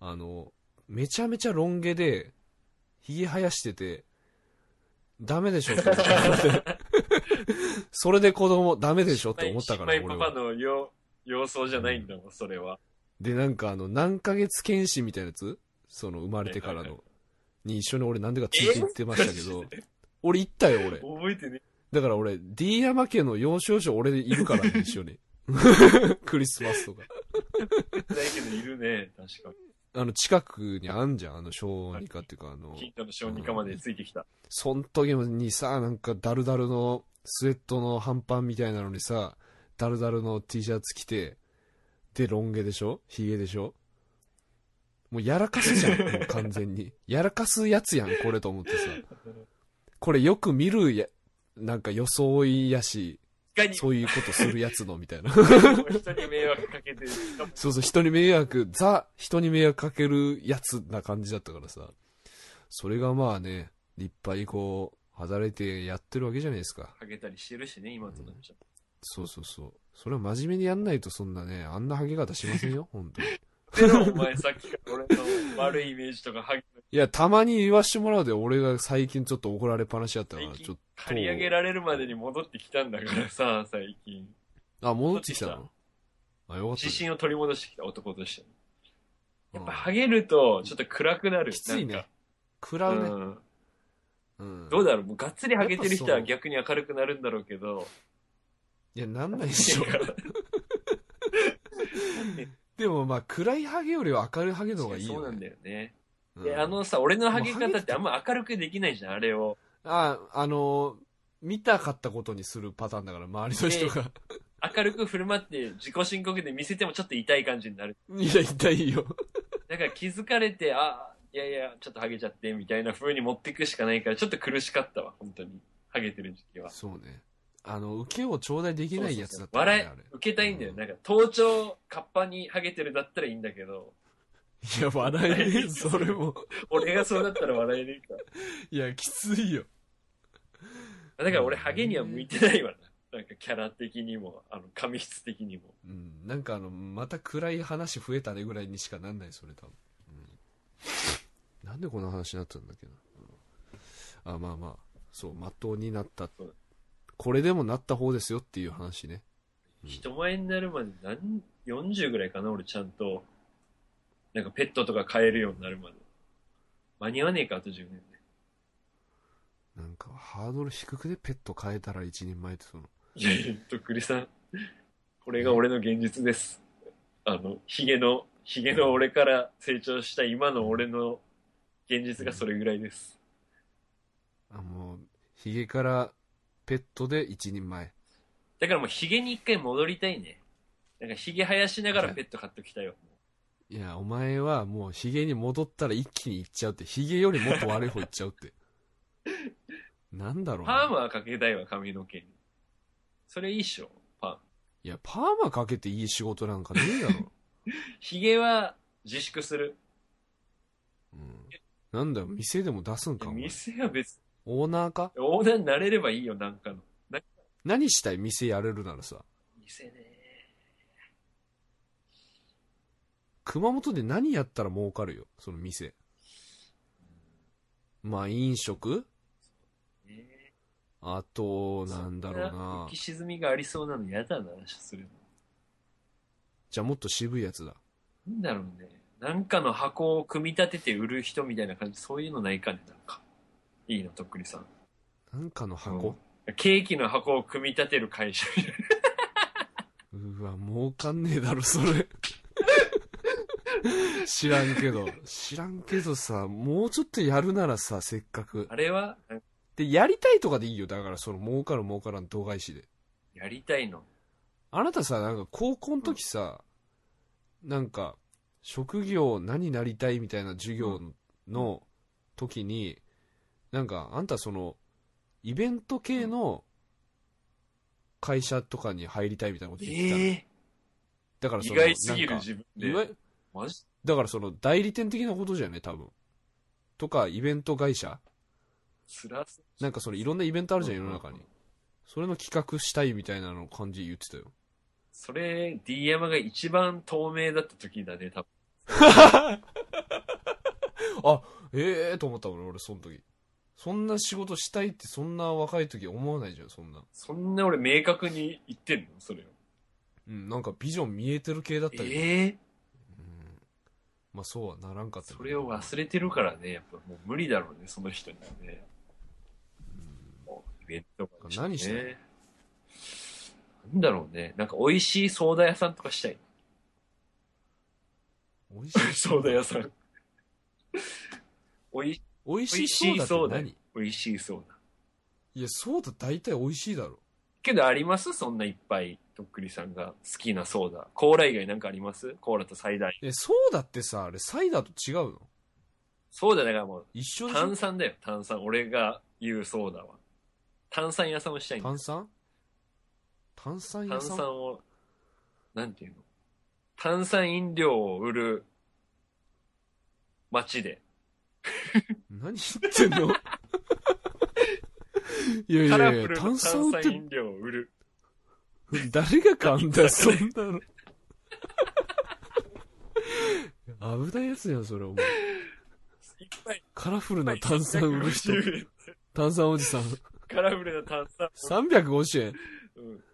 [SPEAKER 3] あの、めちゃめちゃロン毛で、ひげ生やしてて、ダメでしょって思
[SPEAKER 2] (laughs)
[SPEAKER 3] って。それで子供ダメでしょって思ったから、俺
[SPEAKER 2] 心配パパ
[SPEAKER 3] は。
[SPEAKER 2] のよ様相じゃないんだもん、それは。
[SPEAKER 3] で、なんかあの、何ヶ月検診みたいなやつその、生まれてから
[SPEAKER 2] はいはい
[SPEAKER 3] の。に一緒に俺なんでかついて行ってましたけど
[SPEAKER 2] マジ、で
[SPEAKER 3] 俺行ったよ、俺。
[SPEAKER 2] 覚えてね。
[SPEAKER 3] だから俺、D 山家の要所要所俺いるからね、一緒に。 (laughs) クリスマスとか。
[SPEAKER 2] ないけどいるね、確か
[SPEAKER 3] あの、近くにあんじゃん、あの、小児科っていうか、あの
[SPEAKER 2] に。、近所の小児科までついてきた。
[SPEAKER 3] そん時にさ、なんかダルダルのスウェットの半パンみたいなのにさ、ダルダルの T シャツ着て、で、ロン毛でしょヒゲでしょもうやらかすじゃん、もう完全に。やらかすやつやん、これと思ってさ。これよく見るや、なんか装いやし、
[SPEAKER 2] いかに
[SPEAKER 3] そういうことするやつの、みたいな。
[SPEAKER 2] 人に迷惑かけて、しかも
[SPEAKER 3] そうそう、人に迷惑、ザ、人に迷惑かけるやつな感じだったからさ。それがまあね、立派にこう、働いてやってるわけじゃないですか。
[SPEAKER 2] かけたりしてるしね、今となっちゃう。
[SPEAKER 3] そうそうそう。それは真面目にやんないとそんなね、あんなハゲ方しません
[SPEAKER 2] (laughs)
[SPEAKER 3] よ、本当に。
[SPEAKER 2] でもお前さっきから俺の悪いイメージとか、はげ
[SPEAKER 3] いや、たまに言わしてもらうで、俺が最近ちょっと怒られっぱなしやったから、
[SPEAKER 2] 最近
[SPEAKER 3] ちょっと。
[SPEAKER 2] 借り上げられるまでに戻ってきたんだからさ、最近。
[SPEAKER 3] あ、戻ってきたのあ、よかった
[SPEAKER 2] 自
[SPEAKER 3] ね。
[SPEAKER 2] 信を取り戻してきた男としてね。やっぱ、ハゲると、ちょっと暗くな
[SPEAKER 3] う
[SPEAKER 2] る。
[SPEAKER 3] んきつい
[SPEAKER 2] なん
[SPEAKER 3] ね
[SPEAKER 2] か。。
[SPEAKER 3] 食らう
[SPEAKER 2] う
[SPEAKER 3] ね。
[SPEAKER 2] ん
[SPEAKER 3] うん。
[SPEAKER 2] どうだろうもうがっつりハゲてる人
[SPEAKER 3] やっぱ
[SPEAKER 2] は
[SPEAKER 3] そう
[SPEAKER 2] 逆に明るくなるんだろうけど。
[SPEAKER 3] いや、なんないでし
[SPEAKER 2] (laughs)
[SPEAKER 3] ょ。でもまあ、暗いハゲよりは明るいハゲの方がいいよ、ね。
[SPEAKER 2] そうなんだよね。
[SPEAKER 3] うん
[SPEAKER 2] で、あのさ、俺のハゲ
[SPEAKER 3] もうハゲ
[SPEAKER 2] 方
[SPEAKER 3] っ
[SPEAKER 2] っててあんま明るくできないじゃん、あれを。
[SPEAKER 3] あ、あのー見たかったことにするパターンだから、周りの人が。
[SPEAKER 2] 明るく振る舞って自己申告で見せてもちょっと痛い感じになる。
[SPEAKER 3] (laughs) いや、痛いよ。
[SPEAKER 2] だから気づかれて、あ、いやいや、ちょっとハゲちゃって、みたいな風に持っていくしかないから、ちょっと苦しかったわ、本当に。ハゲてる時期は。
[SPEAKER 3] そうね。あの、受けを頂戴できないやつだったからね、
[SPEAKER 2] 笑
[SPEAKER 3] あれ
[SPEAKER 2] い、受けたいんだよ。
[SPEAKER 3] うん
[SPEAKER 2] なんか、頭頂、カッパにハゲてるだったらいいんだけど、
[SPEAKER 3] いや、笑えねえ、それも。
[SPEAKER 2] 俺がそうだったら笑えねえか
[SPEAKER 3] (laughs) いや、きついよ。
[SPEAKER 2] ら。だから俺、ハゲには向いてないわな。なんか、キャラ的にも、あの、髪質的にも。
[SPEAKER 3] うん、なんかあの、また暗い話増えたねぐらいにしかなんない、それ多分。うん、なんでこの話になったんだっけな。うんあ、まあまあ、そう、まっとうになった
[SPEAKER 2] そう。
[SPEAKER 3] これでもなった方ですよっていう話ね。うん
[SPEAKER 2] 人前になるまで何、40ぐらいかな、俺ちゃんと。なんかペットとか飼えるようになるまで。間に合わねえか、あと10年で。
[SPEAKER 3] なんか、ハードル低くでペット変えたら一人前ってその、
[SPEAKER 2] いやいや、とっくりさん。これが俺の現実です。あの、ヒゲの、ヒゲの俺から成長した今の俺の現実がそれぐらいです。
[SPEAKER 3] あの、ヒゲからペットで一人前。
[SPEAKER 2] だからもうヒゲに一回戻りたいね。なんかヒゲ生やしながらペット飼っときたいよ。
[SPEAKER 3] いや、お前はもうヒゲに戻ったら一気に行っちゃうって、ヒゲよりもっと悪い方行っちゃう
[SPEAKER 2] (laughs)
[SPEAKER 3] って。なんだろうな
[SPEAKER 2] パーマはかけたいわ、髪の毛に。それいいっしょ、パーマ。
[SPEAKER 3] いや、パーマかけていい仕事なんかねえだ
[SPEAKER 2] (laughs)
[SPEAKER 3] ろ。
[SPEAKER 2] ヒゲは自粛する。
[SPEAKER 3] うん。なんだよ、店でも出すんか、お前
[SPEAKER 2] 店は別に
[SPEAKER 3] オーナーか
[SPEAKER 2] オーナーになれればいいよ、なんかの。な
[SPEAKER 3] 何したい店やれるならさ。
[SPEAKER 2] 店ね。
[SPEAKER 3] 熊本で何やったら儲かるよ、その店。まあ、飲食
[SPEAKER 2] ね
[SPEAKER 3] あと、なんだろう
[SPEAKER 2] 浮
[SPEAKER 3] な
[SPEAKER 2] き。沈みがありそうなの嫌だな、話するの。
[SPEAKER 3] じゃあもっと渋いやつだ。
[SPEAKER 2] なんだろうね。なんかの箱を組み立てて売る人みたいな感じ、そういうのないかね、なんか。いいの、とっくりさん。
[SPEAKER 3] なんかの箱、
[SPEAKER 2] うんケーキの箱を組み立てる会社みたいな。
[SPEAKER 3] うわ、儲かんねえだろ、それ。 (laughs) 知らんけど。知らんけどさ、もうちょっとやるならさ、せっかく。
[SPEAKER 2] あれは、なんか
[SPEAKER 3] で、やりたいとかでいいよ。だから、その、儲かる儲からん度外視で。
[SPEAKER 2] やりたいの。
[SPEAKER 3] あなたさ、なんか高校の時さ、なんか、職業何なりたいみたいな授業の時に、なんか、あんたその、イベント系の会社とかに入りたいみたいなこと言ってたの。
[SPEAKER 2] え
[SPEAKER 3] だか
[SPEAKER 2] え
[SPEAKER 3] らそ
[SPEAKER 2] 意
[SPEAKER 3] の、
[SPEAKER 2] 外すぎる
[SPEAKER 3] なんか
[SPEAKER 2] 自分
[SPEAKER 3] いわ
[SPEAKER 2] で。
[SPEAKER 3] ゆ
[SPEAKER 2] マジ
[SPEAKER 3] だからその、代理店的なことじゃね、多分。とか、イベント会社
[SPEAKER 2] つらす
[SPEAKER 3] なんかその、いろんなイベントあるじゃん、世の中
[SPEAKER 2] う
[SPEAKER 3] に
[SPEAKER 2] んうん。
[SPEAKER 3] それの企画したいみたいなの感じ言ってたよ。
[SPEAKER 2] それ、D 山が一番透明だった時だね、多分。
[SPEAKER 3] あ、ええと思った俺、俺、その時。そんな仕事したいって、そんな若い時思わないじゃん、そんな。
[SPEAKER 2] そんな俺明確に言ってんのそれを。
[SPEAKER 3] うん、なんかビジョン見えてる系だったけど、
[SPEAKER 2] え
[SPEAKER 3] う
[SPEAKER 2] え
[SPEAKER 3] んまあそうはならんかったけど
[SPEAKER 2] それを忘れてるからね、やっぱもう無理だろうね、その人にはね。もうイベントとかね
[SPEAKER 3] 何したい
[SPEAKER 2] なんだろうね。なんか美味しいソーダ屋さんとかしたい。
[SPEAKER 3] 美
[SPEAKER 2] (laughs)
[SPEAKER 3] 味しい。
[SPEAKER 2] ソーダ屋さん。おい
[SPEAKER 3] 美味
[SPEAKER 2] 美味
[SPEAKER 3] し
[SPEAKER 2] し
[SPEAKER 3] い
[SPEAKER 2] い
[SPEAKER 3] ソ
[SPEAKER 2] ソ
[SPEAKER 3] ー
[SPEAKER 2] ー
[SPEAKER 3] ダ
[SPEAKER 2] ダ
[SPEAKER 3] って何。
[SPEAKER 2] 美味しいソーダ。
[SPEAKER 3] いや、ソーダ大体美味しいだろ。
[SPEAKER 2] けどありますそんないっぱい、とっくりさんが好きなソーダ。コーラ以外なんかありますコーラとサイダー。
[SPEAKER 3] え、ソーダってさ、あれ、サイダーと違うの
[SPEAKER 2] ソーダだからもう
[SPEAKER 3] 一緒でし
[SPEAKER 2] 炭
[SPEAKER 3] ょ
[SPEAKER 2] 酸だよ、炭酸。俺が言うソーダは。炭酸屋さんをしたいんだよ
[SPEAKER 3] 炭酸炭酸屋
[SPEAKER 2] 炭
[SPEAKER 3] さん
[SPEAKER 2] 酸を、なんていうの炭酸飲料を売る街で。
[SPEAKER 3] 何言ってんの
[SPEAKER 2] (laughs)
[SPEAKER 3] いやい
[SPEAKER 2] カラ
[SPEAKER 3] やい
[SPEAKER 2] フ
[SPEAKER 3] や、
[SPEAKER 2] ル
[SPEAKER 3] 炭
[SPEAKER 2] な炭
[SPEAKER 3] 酸売って
[SPEAKER 2] 酸飲料を売る。
[SPEAKER 3] 誰が買うんだよ、そんなの。危ないやつやん、それ、お前。
[SPEAKER 2] いっぱい。
[SPEAKER 3] カラフルな炭酸売る人。
[SPEAKER 2] (laughs) 150円
[SPEAKER 3] 炭酸おじさん。
[SPEAKER 2] カラフルな炭酸。
[SPEAKER 3] 350円。
[SPEAKER 2] うん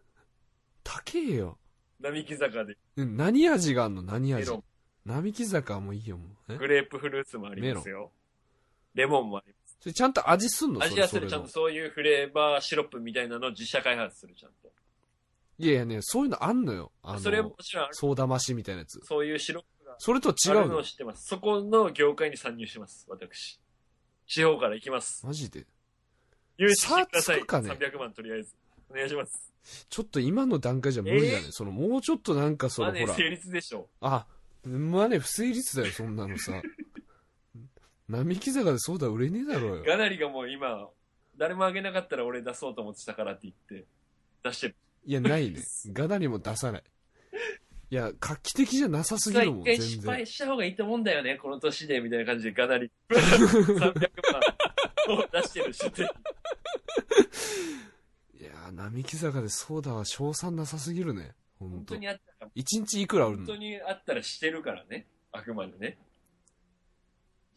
[SPEAKER 3] 高けえよ。
[SPEAKER 2] 並木坂で
[SPEAKER 3] うん、何味があんの何
[SPEAKER 2] メ
[SPEAKER 3] 味
[SPEAKER 2] ロ。ン、
[SPEAKER 3] 並木坂はもういいよ、もう。え
[SPEAKER 2] グレープフルーツもありますよ。レモンもあり
[SPEAKER 3] それちゃんと味すんの
[SPEAKER 2] ます。
[SPEAKER 3] そ
[SPEAKER 2] 味
[SPEAKER 3] れ
[SPEAKER 2] はする、ち
[SPEAKER 3] そ
[SPEAKER 2] ゃ
[SPEAKER 3] れ
[SPEAKER 2] ん
[SPEAKER 3] の
[SPEAKER 2] とそういうフレーバーシロップみたいなのを自社開発する、ちゃんと。
[SPEAKER 3] いやいやね、そういうのあんのよ。あの、
[SPEAKER 2] それももちろんある、
[SPEAKER 3] ソーダマシみたいなやつ。
[SPEAKER 2] そういうシロップが
[SPEAKER 3] それとは違
[SPEAKER 2] あ
[SPEAKER 3] う
[SPEAKER 2] るの
[SPEAKER 3] の
[SPEAKER 2] を知ってます。そこの業界に参入します、私。地方から行きます。
[SPEAKER 3] マジで。
[SPEAKER 2] 融資してください。
[SPEAKER 3] 差つくかね
[SPEAKER 2] 300万とりあえず。お願いします。
[SPEAKER 3] ちょっと今の段階じゃ無理だね。
[SPEAKER 2] え
[SPEAKER 3] その、もうちょっとなんかそ
[SPEAKER 2] マ
[SPEAKER 3] の、
[SPEAKER 2] ネ
[SPEAKER 3] ほら
[SPEAKER 2] 成。立でしょ
[SPEAKER 3] あ、まあね、不成立だよ、そんなのさ。 (laughs) 並木坂でソーダ売れねえだろうよ。
[SPEAKER 2] ガナリがもう今、誰もあげなかったら俺出そうと思ってたからって言って、出してる。
[SPEAKER 3] いや、ないね。ガナにも出さない。いや、画期的じゃなさすぎるもん、
[SPEAKER 2] 一回
[SPEAKER 3] 全
[SPEAKER 2] 失
[SPEAKER 3] 然。
[SPEAKER 2] 敗した方がいいと思うんだよね、この年で、みたいな感じでガナ
[SPEAKER 3] (laughs)
[SPEAKER 2] リ。300万を出してるし、
[SPEAKER 3] いやー、並木坂でソーダは賞賛なさすぎるね。ほん
[SPEAKER 2] 本
[SPEAKER 3] と
[SPEAKER 2] 当。にあったら、
[SPEAKER 3] 一日いくら売る
[SPEAKER 2] 本当
[SPEAKER 3] の
[SPEAKER 2] にあったらしてるからね、あくまでね。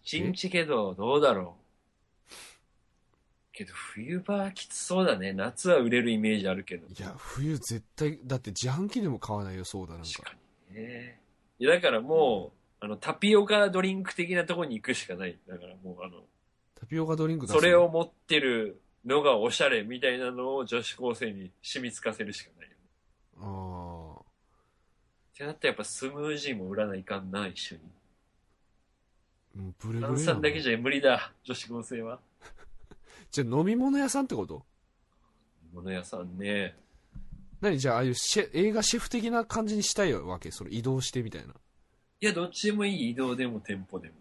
[SPEAKER 2] 一日けど、どうだろう。けど、冬場はきつそうだね。夏は売れるイメージあるけど。
[SPEAKER 3] いや、冬絶対、だって自販機でも買わないよ、ソーダなん
[SPEAKER 2] 確
[SPEAKER 3] か。
[SPEAKER 2] かにね。いや、だからもう、あの、タピオカドリンク的なところに行くしかない。だからもう、あの、
[SPEAKER 3] タピオカドリンク出す
[SPEAKER 2] それを。持ってるのがおしゃれみたいなのを女子高生に染みつかせるしかないよね。
[SPEAKER 3] ああ。
[SPEAKER 2] ってなったらやっぱスムージーも売らないかんな、一緒に。
[SPEAKER 3] もうブレブレだな
[SPEAKER 2] 炭酸だけじゃ無理だ、女子高生は。
[SPEAKER 3] じゃあ飲み物屋さんってこと
[SPEAKER 2] 物屋さんね。
[SPEAKER 3] 何じゃあ、ああいうシェ映画シェフ的な感じにしたいわけそれ移動してみたいな。
[SPEAKER 2] いや、どっちでもいい。移動でも店舗でも。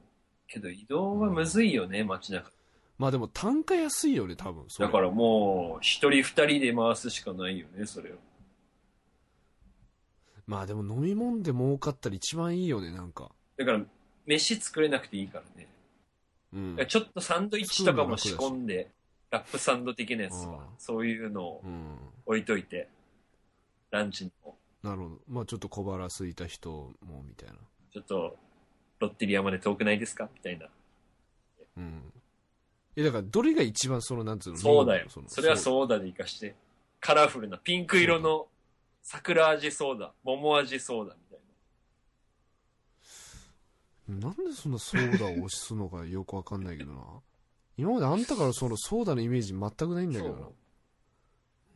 [SPEAKER 2] けど移動はむずいよね、街中。
[SPEAKER 3] まあでも単価安いよね、多分。それ
[SPEAKER 2] だからもう、一人二人で回すしかないよね、それを。
[SPEAKER 3] まあでも飲み物で儲かったら一番いいよね、なんか。
[SPEAKER 2] だから、飯作れなくていいからね。
[SPEAKER 3] うん。
[SPEAKER 2] ちょっとサンドイッチとかも仕込んで、ラップサンド的なやつと
[SPEAKER 3] うん
[SPEAKER 2] か、そういうのを
[SPEAKER 3] うん。
[SPEAKER 2] 置いといて、ランチの、
[SPEAKER 3] なるほど。まあちょっと小腹空いた人も、みたいな。
[SPEAKER 2] ちょっと、ロッテリアまで遠くないですかみたいな。
[SPEAKER 3] うん。え、だからどれが一番その、なんつうの
[SPEAKER 2] そうだよ。
[SPEAKER 3] の
[SPEAKER 2] それはソーダで活かして、カラフルなピンク色の桜味ソーダ、桃味ソーダみたい
[SPEAKER 3] なんでそんなソーダを推しすのかよくわかんないけどな。今まであんたからそのソーダのイメージ全くないんだけどな
[SPEAKER 2] そう。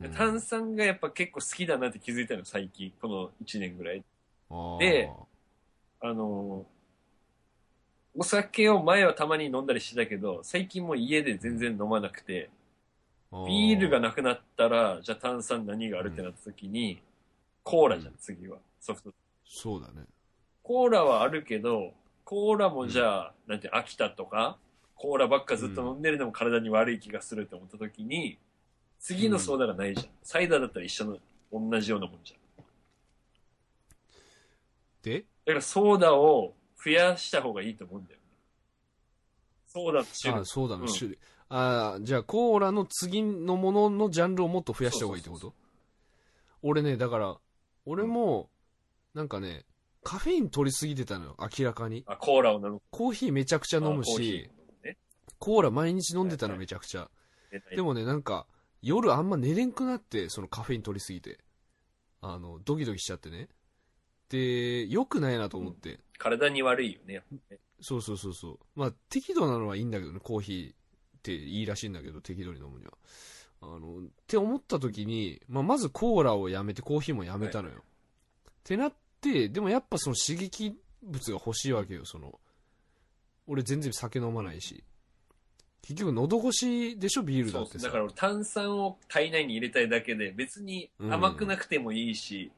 [SPEAKER 3] うん
[SPEAKER 2] な。炭酸がやっぱ結構好きだなって気づいたの、最近。この1年ぐらい。で、あのーお酒を前はたまに飲んだりしてたけど、最近もう家で全然飲まなくて、ビールが
[SPEAKER 3] な、
[SPEAKER 2] なくなったら、じゃあ炭酸何があるってなった時に、コーラじゃん、次は。ソフト。
[SPEAKER 3] そうだね。
[SPEAKER 2] コーラはあるけど、コーラもじゃあ、なんて、秋田とか、コーラばっかずっと飲んでるのも体に悪い気がすると思った時に、次のソーダがないじゃん。サイダーだったら一緒の、同じようなもんじゃん。
[SPEAKER 3] で、
[SPEAKER 2] だからソーダを増やした方がいいと思うんだよね。ソーダの種
[SPEAKER 3] あ
[SPEAKER 2] 類。
[SPEAKER 3] ソーダの
[SPEAKER 2] うん
[SPEAKER 3] 種類。ああ、じゃあコーラの次のもののジャンルをもっと増やした方がいいってこと
[SPEAKER 2] そ
[SPEAKER 3] 俺ね、だから、俺も、なんかね、カフェイン取りすぎてたのよ、明らかに。
[SPEAKER 2] あ、コーラを飲む。
[SPEAKER 3] コーヒーめちゃくちゃ飲む
[SPEAKER 2] あコーヒー
[SPEAKER 3] し、
[SPEAKER 2] もね
[SPEAKER 3] コーラ毎日飲んでたの
[SPEAKER 2] はいはい
[SPEAKER 3] めちゃくちゃ。
[SPEAKER 2] 寝ない
[SPEAKER 3] でもね、なんか、夜あんま寝れんくなって、そのカフェイン取りすぎて。あの、ドキドキしちゃってね。で、良くないなと思って。
[SPEAKER 2] 体に悪いよね、やっぱね
[SPEAKER 3] そうそうそうそう。まあ、適度なのはいいんだけどね、コーヒーっていいらしいんだけど、適度に飲むには。あの、って思った時に、まあ、まずコーラをやめてコーヒーもやめたのよ。ってなって、でもやっぱその刺激物が欲しいわけよ、その。俺全然酒飲まないし。結局喉越しでしょ、ビールだ
[SPEAKER 2] そう
[SPEAKER 3] って
[SPEAKER 2] そ
[SPEAKER 3] さ。
[SPEAKER 2] うだから俺炭酸を体内に入れたいだけで別に甘くなくてもいいし、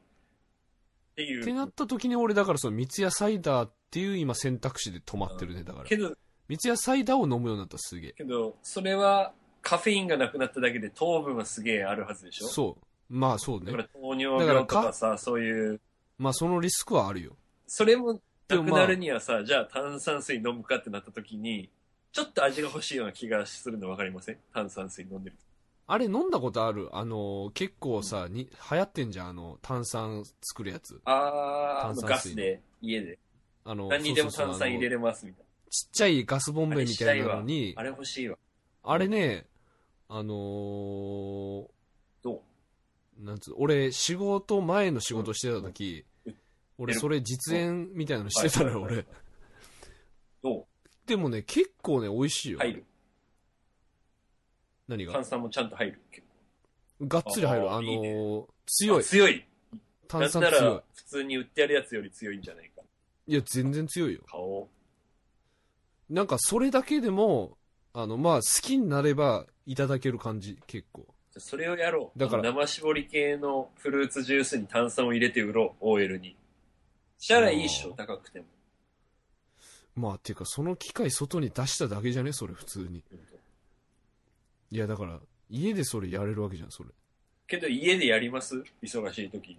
[SPEAKER 2] ってい
[SPEAKER 3] ってなっ
[SPEAKER 2] う
[SPEAKER 3] た時に俺だからその三ツ矢サイダーっていう今選択肢で止まってるねだから
[SPEAKER 2] けど
[SPEAKER 3] 三ツ矢サイダーを飲むようになったすげえ
[SPEAKER 2] けどそれはカフェインがなくなっただけで糖分はすげえあるはずでしょ
[SPEAKER 3] そうまあそう
[SPEAKER 2] だ
[SPEAKER 3] ね
[SPEAKER 2] から糖尿病とかさそういう
[SPEAKER 3] まあそのリスクはあるよ
[SPEAKER 2] それも
[SPEAKER 3] で
[SPEAKER 2] な
[SPEAKER 3] も
[SPEAKER 2] く
[SPEAKER 3] まあ
[SPEAKER 2] なるにはさ、じゃあ炭酸水飲むかってなった時にちょっと味が欲しいような気がするの分かりません炭酸水飲んでる
[SPEAKER 3] あれ飲んだことあるあのー結構さに流行ってんじゃんあの炭酸作るやつ
[SPEAKER 2] あーあの
[SPEAKER 3] 炭
[SPEAKER 2] ガ
[SPEAKER 3] 酸水
[SPEAKER 2] スで家で
[SPEAKER 3] あの
[SPEAKER 2] 何にでも
[SPEAKER 3] そうそうそう
[SPEAKER 2] 炭
[SPEAKER 3] あ
[SPEAKER 2] 酸
[SPEAKER 3] の
[SPEAKER 2] 入れれますみたい
[SPEAKER 3] ちっちゃいガスボンベみたいなのに
[SPEAKER 2] なあれ欲しいわ
[SPEAKER 3] あれねあのー
[SPEAKER 2] どう
[SPEAKER 3] なんつう俺仕事前の仕事してた時、俺それ実演みたいなのしてたのよ
[SPEAKER 2] はいはいは
[SPEAKER 3] 俺
[SPEAKER 2] いど
[SPEAKER 3] でもね結構ね美味しいうよ、
[SPEAKER 2] 入る
[SPEAKER 3] 何が
[SPEAKER 2] 炭酸もちゃんと入る。
[SPEAKER 3] がっつり入る
[SPEAKER 2] あー
[SPEAKER 3] あの
[SPEAKER 2] いい
[SPEAKER 3] ー強
[SPEAKER 2] あ
[SPEAKER 3] い
[SPEAKER 2] 強い。
[SPEAKER 3] 炭
[SPEAKER 2] だった
[SPEAKER 3] 酸強い
[SPEAKER 2] ら、普通に売ってあるやつより強いんじゃないか。
[SPEAKER 3] いや全然強いよ
[SPEAKER 2] 顔。
[SPEAKER 3] なんかそれだけでもあのまあ好きになればいただける感じ結構
[SPEAKER 2] じゃあそれをやろう。
[SPEAKER 3] だから
[SPEAKER 2] 生搾り系のフルーツジュースに炭酸を入れて売ろう、OL に。したらいいっしょ、
[SPEAKER 3] あー
[SPEAKER 2] 高くても。
[SPEAKER 3] まあていうかその機械外に出しただけじゃねそれ普通にいやだから家でそれやれるわけじゃんそれ
[SPEAKER 2] けど家でやります忙しい時に。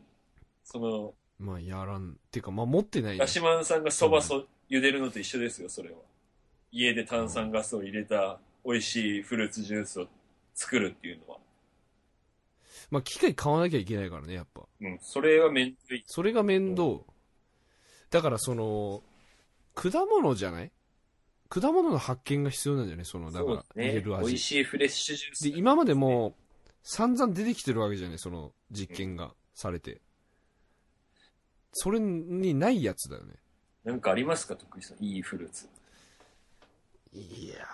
[SPEAKER 2] その、
[SPEAKER 3] まあやらんていうかまあ持ってないね
[SPEAKER 2] ガシマンさんがそばそ、茹でるのと一緒ですよ、それは。家で炭酸ガスを入れた美味しいフルーツジュースを作るっていうのは。
[SPEAKER 3] まあ機械買わなきゃいけないからねやっぱ
[SPEAKER 2] うん、それはめんどい。
[SPEAKER 3] それが面倒、だからその果物じゃない果物の発見が必要なんじゃないそのだから
[SPEAKER 2] そうです
[SPEAKER 3] 入れる
[SPEAKER 2] ね。美
[SPEAKER 3] 味
[SPEAKER 2] 味しいフレッシュジュース。
[SPEAKER 3] で今までも散々出てきてるわけじゃないその実験がされて、それにないやつだよね
[SPEAKER 2] なんかありますか、徳井さん。いいフルーツ。
[SPEAKER 3] いや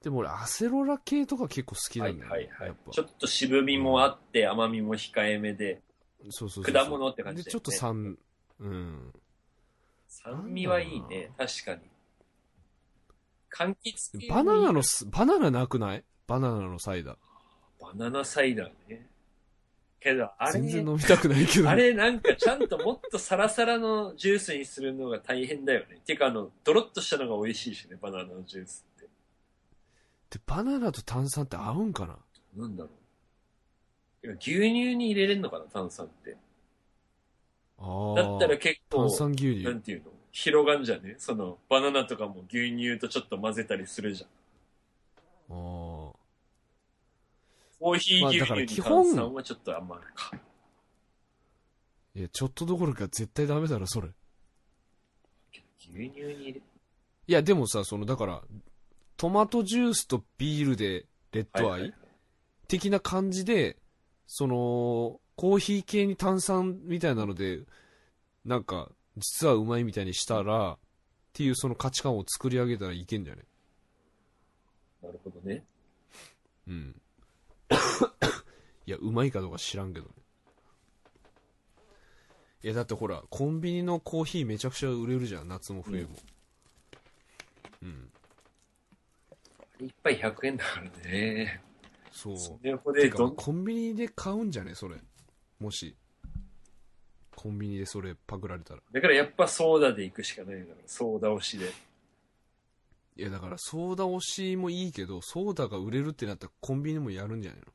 [SPEAKER 3] ーでも俺アセロラ系とか結構好きなんだよ、ねやっぱ
[SPEAKER 2] ちょっと渋みもあって、甘みも控えめで、
[SPEAKER 3] そうそうそう
[SPEAKER 2] 果物って感じ
[SPEAKER 3] で
[SPEAKER 2] だよね
[SPEAKER 3] ちょっと酸うん
[SPEAKER 2] 酸味はいいね、確かに。柑橘系もい
[SPEAKER 3] バ
[SPEAKER 2] い
[SPEAKER 3] ナナのすバナナなくないバナナのサイダー
[SPEAKER 2] バナナサイダーね。けど、あれ、
[SPEAKER 3] 全然飲みたくないけど
[SPEAKER 2] あれなんかちゃんともっとサラサラのジュースにするのが大変だよね。てか、あの、ドロッとしたのが美味しいしね、バナナのジュースって。
[SPEAKER 3] でバナナと炭酸って合うんかな
[SPEAKER 2] なんだろう。いや牛乳に入れれんのかな、炭酸って。
[SPEAKER 3] ああ
[SPEAKER 2] だったら結構
[SPEAKER 3] 炭、酸牛
[SPEAKER 2] なん
[SPEAKER 3] 乳
[SPEAKER 2] ていうの広がんじゃねその、バナナとかも牛乳とちょっと混ぜたりするじゃん。
[SPEAKER 3] あー
[SPEAKER 2] コーヒー
[SPEAKER 3] まあ
[SPEAKER 2] 牛
[SPEAKER 3] だから
[SPEAKER 2] 乳
[SPEAKER 3] 基
[SPEAKER 2] に
[SPEAKER 3] 本
[SPEAKER 2] 炭酸はちょっとあんまあれか。
[SPEAKER 3] いやちょっとどころか絶対ダメだろそれ
[SPEAKER 2] 牛乳に入れ、
[SPEAKER 3] いやでもさそのだからトマトジュースとビールでレッドアイ、
[SPEAKER 2] はいはい
[SPEAKER 3] 的な感じでそのコーヒー系に炭酸みたいなのでなんか実はうまいみたいにしたらっていうその価値観を作り上げたらいけんじゃね
[SPEAKER 2] なるほどね。
[SPEAKER 3] うんいやうまいかどうか知らんけどねいやだってほらコンビニのコーヒーめちゃくちゃ売れるじゃん夏も冬もうん、
[SPEAKER 2] 一杯100円だからね。
[SPEAKER 3] そう
[SPEAKER 2] それほど
[SPEAKER 3] て
[SPEAKER 2] で、
[SPEAKER 3] かま
[SPEAKER 2] ど
[SPEAKER 3] あ
[SPEAKER 2] ん、
[SPEAKER 3] コンビニで買うんじゃねそれもしコンビニでそれパクられたら
[SPEAKER 2] だからやっぱソーダで行くしかないんだから、ソーダ推しで。
[SPEAKER 3] いやだからソーダ推しもいいけどソーダが売れるってなったらコンビニもやるんじゃないの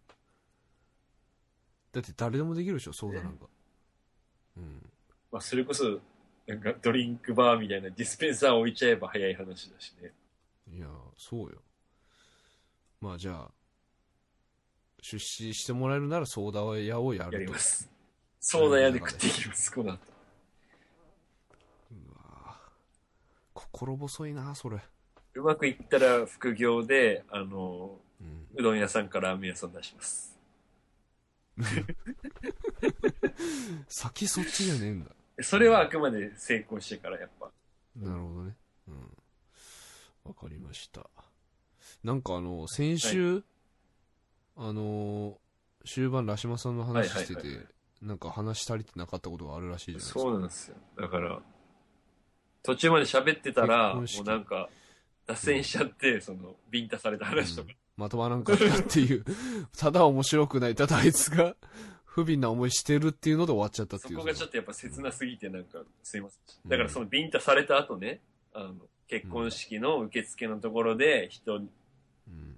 [SPEAKER 3] だって誰でもできるでしょソーダなんか、うん
[SPEAKER 2] まあ、それこそ、なんかドリンクバーみたいなディスペンサー置いちゃえば早い話だしね。
[SPEAKER 3] いやそうよまあじゃあ出資してもらえるならソーダ屋をや
[SPEAKER 2] やり
[SPEAKER 3] ると
[SPEAKER 2] ます。ソーダ屋で食っていきます、この後。
[SPEAKER 3] うわぁ心細いなそれ
[SPEAKER 2] うまくいったら副業で、あの、
[SPEAKER 3] うん
[SPEAKER 2] うどん屋さんからラーメン屋さん出します。
[SPEAKER 3] 先そっちじゃねえんだ
[SPEAKER 2] それはあくまで成功してからやっぱ。
[SPEAKER 3] なるほどね。うん。わかりました。なんかあの、先週、あのー、終盤、ラシマさんの話して
[SPEAKER 2] はいはい
[SPEAKER 3] て
[SPEAKER 2] はいは、
[SPEAKER 3] なんか話し足りてなかったことがあるらしいじゃないですか。
[SPEAKER 2] そうなんですよ。だから、途中まで喋ってたら、
[SPEAKER 3] 結
[SPEAKER 2] も
[SPEAKER 3] 婚式
[SPEAKER 2] うなんか、脱線しちゃって、その、ビンタされた話とか。
[SPEAKER 3] まとまらんかったって
[SPEAKER 2] (laughs)
[SPEAKER 3] いう、ただ面白くない、ただあいつが不憫な思いしてるっていうので終わっちゃったって
[SPEAKER 2] そ
[SPEAKER 3] いう。
[SPEAKER 2] こがちょっとやっぱ切なすぎて、なんか、すいませ
[SPEAKER 3] うん
[SPEAKER 2] ん。だからそのビンタされた後ね、あの、結婚式の受付のところで、人
[SPEAKER 3] うん。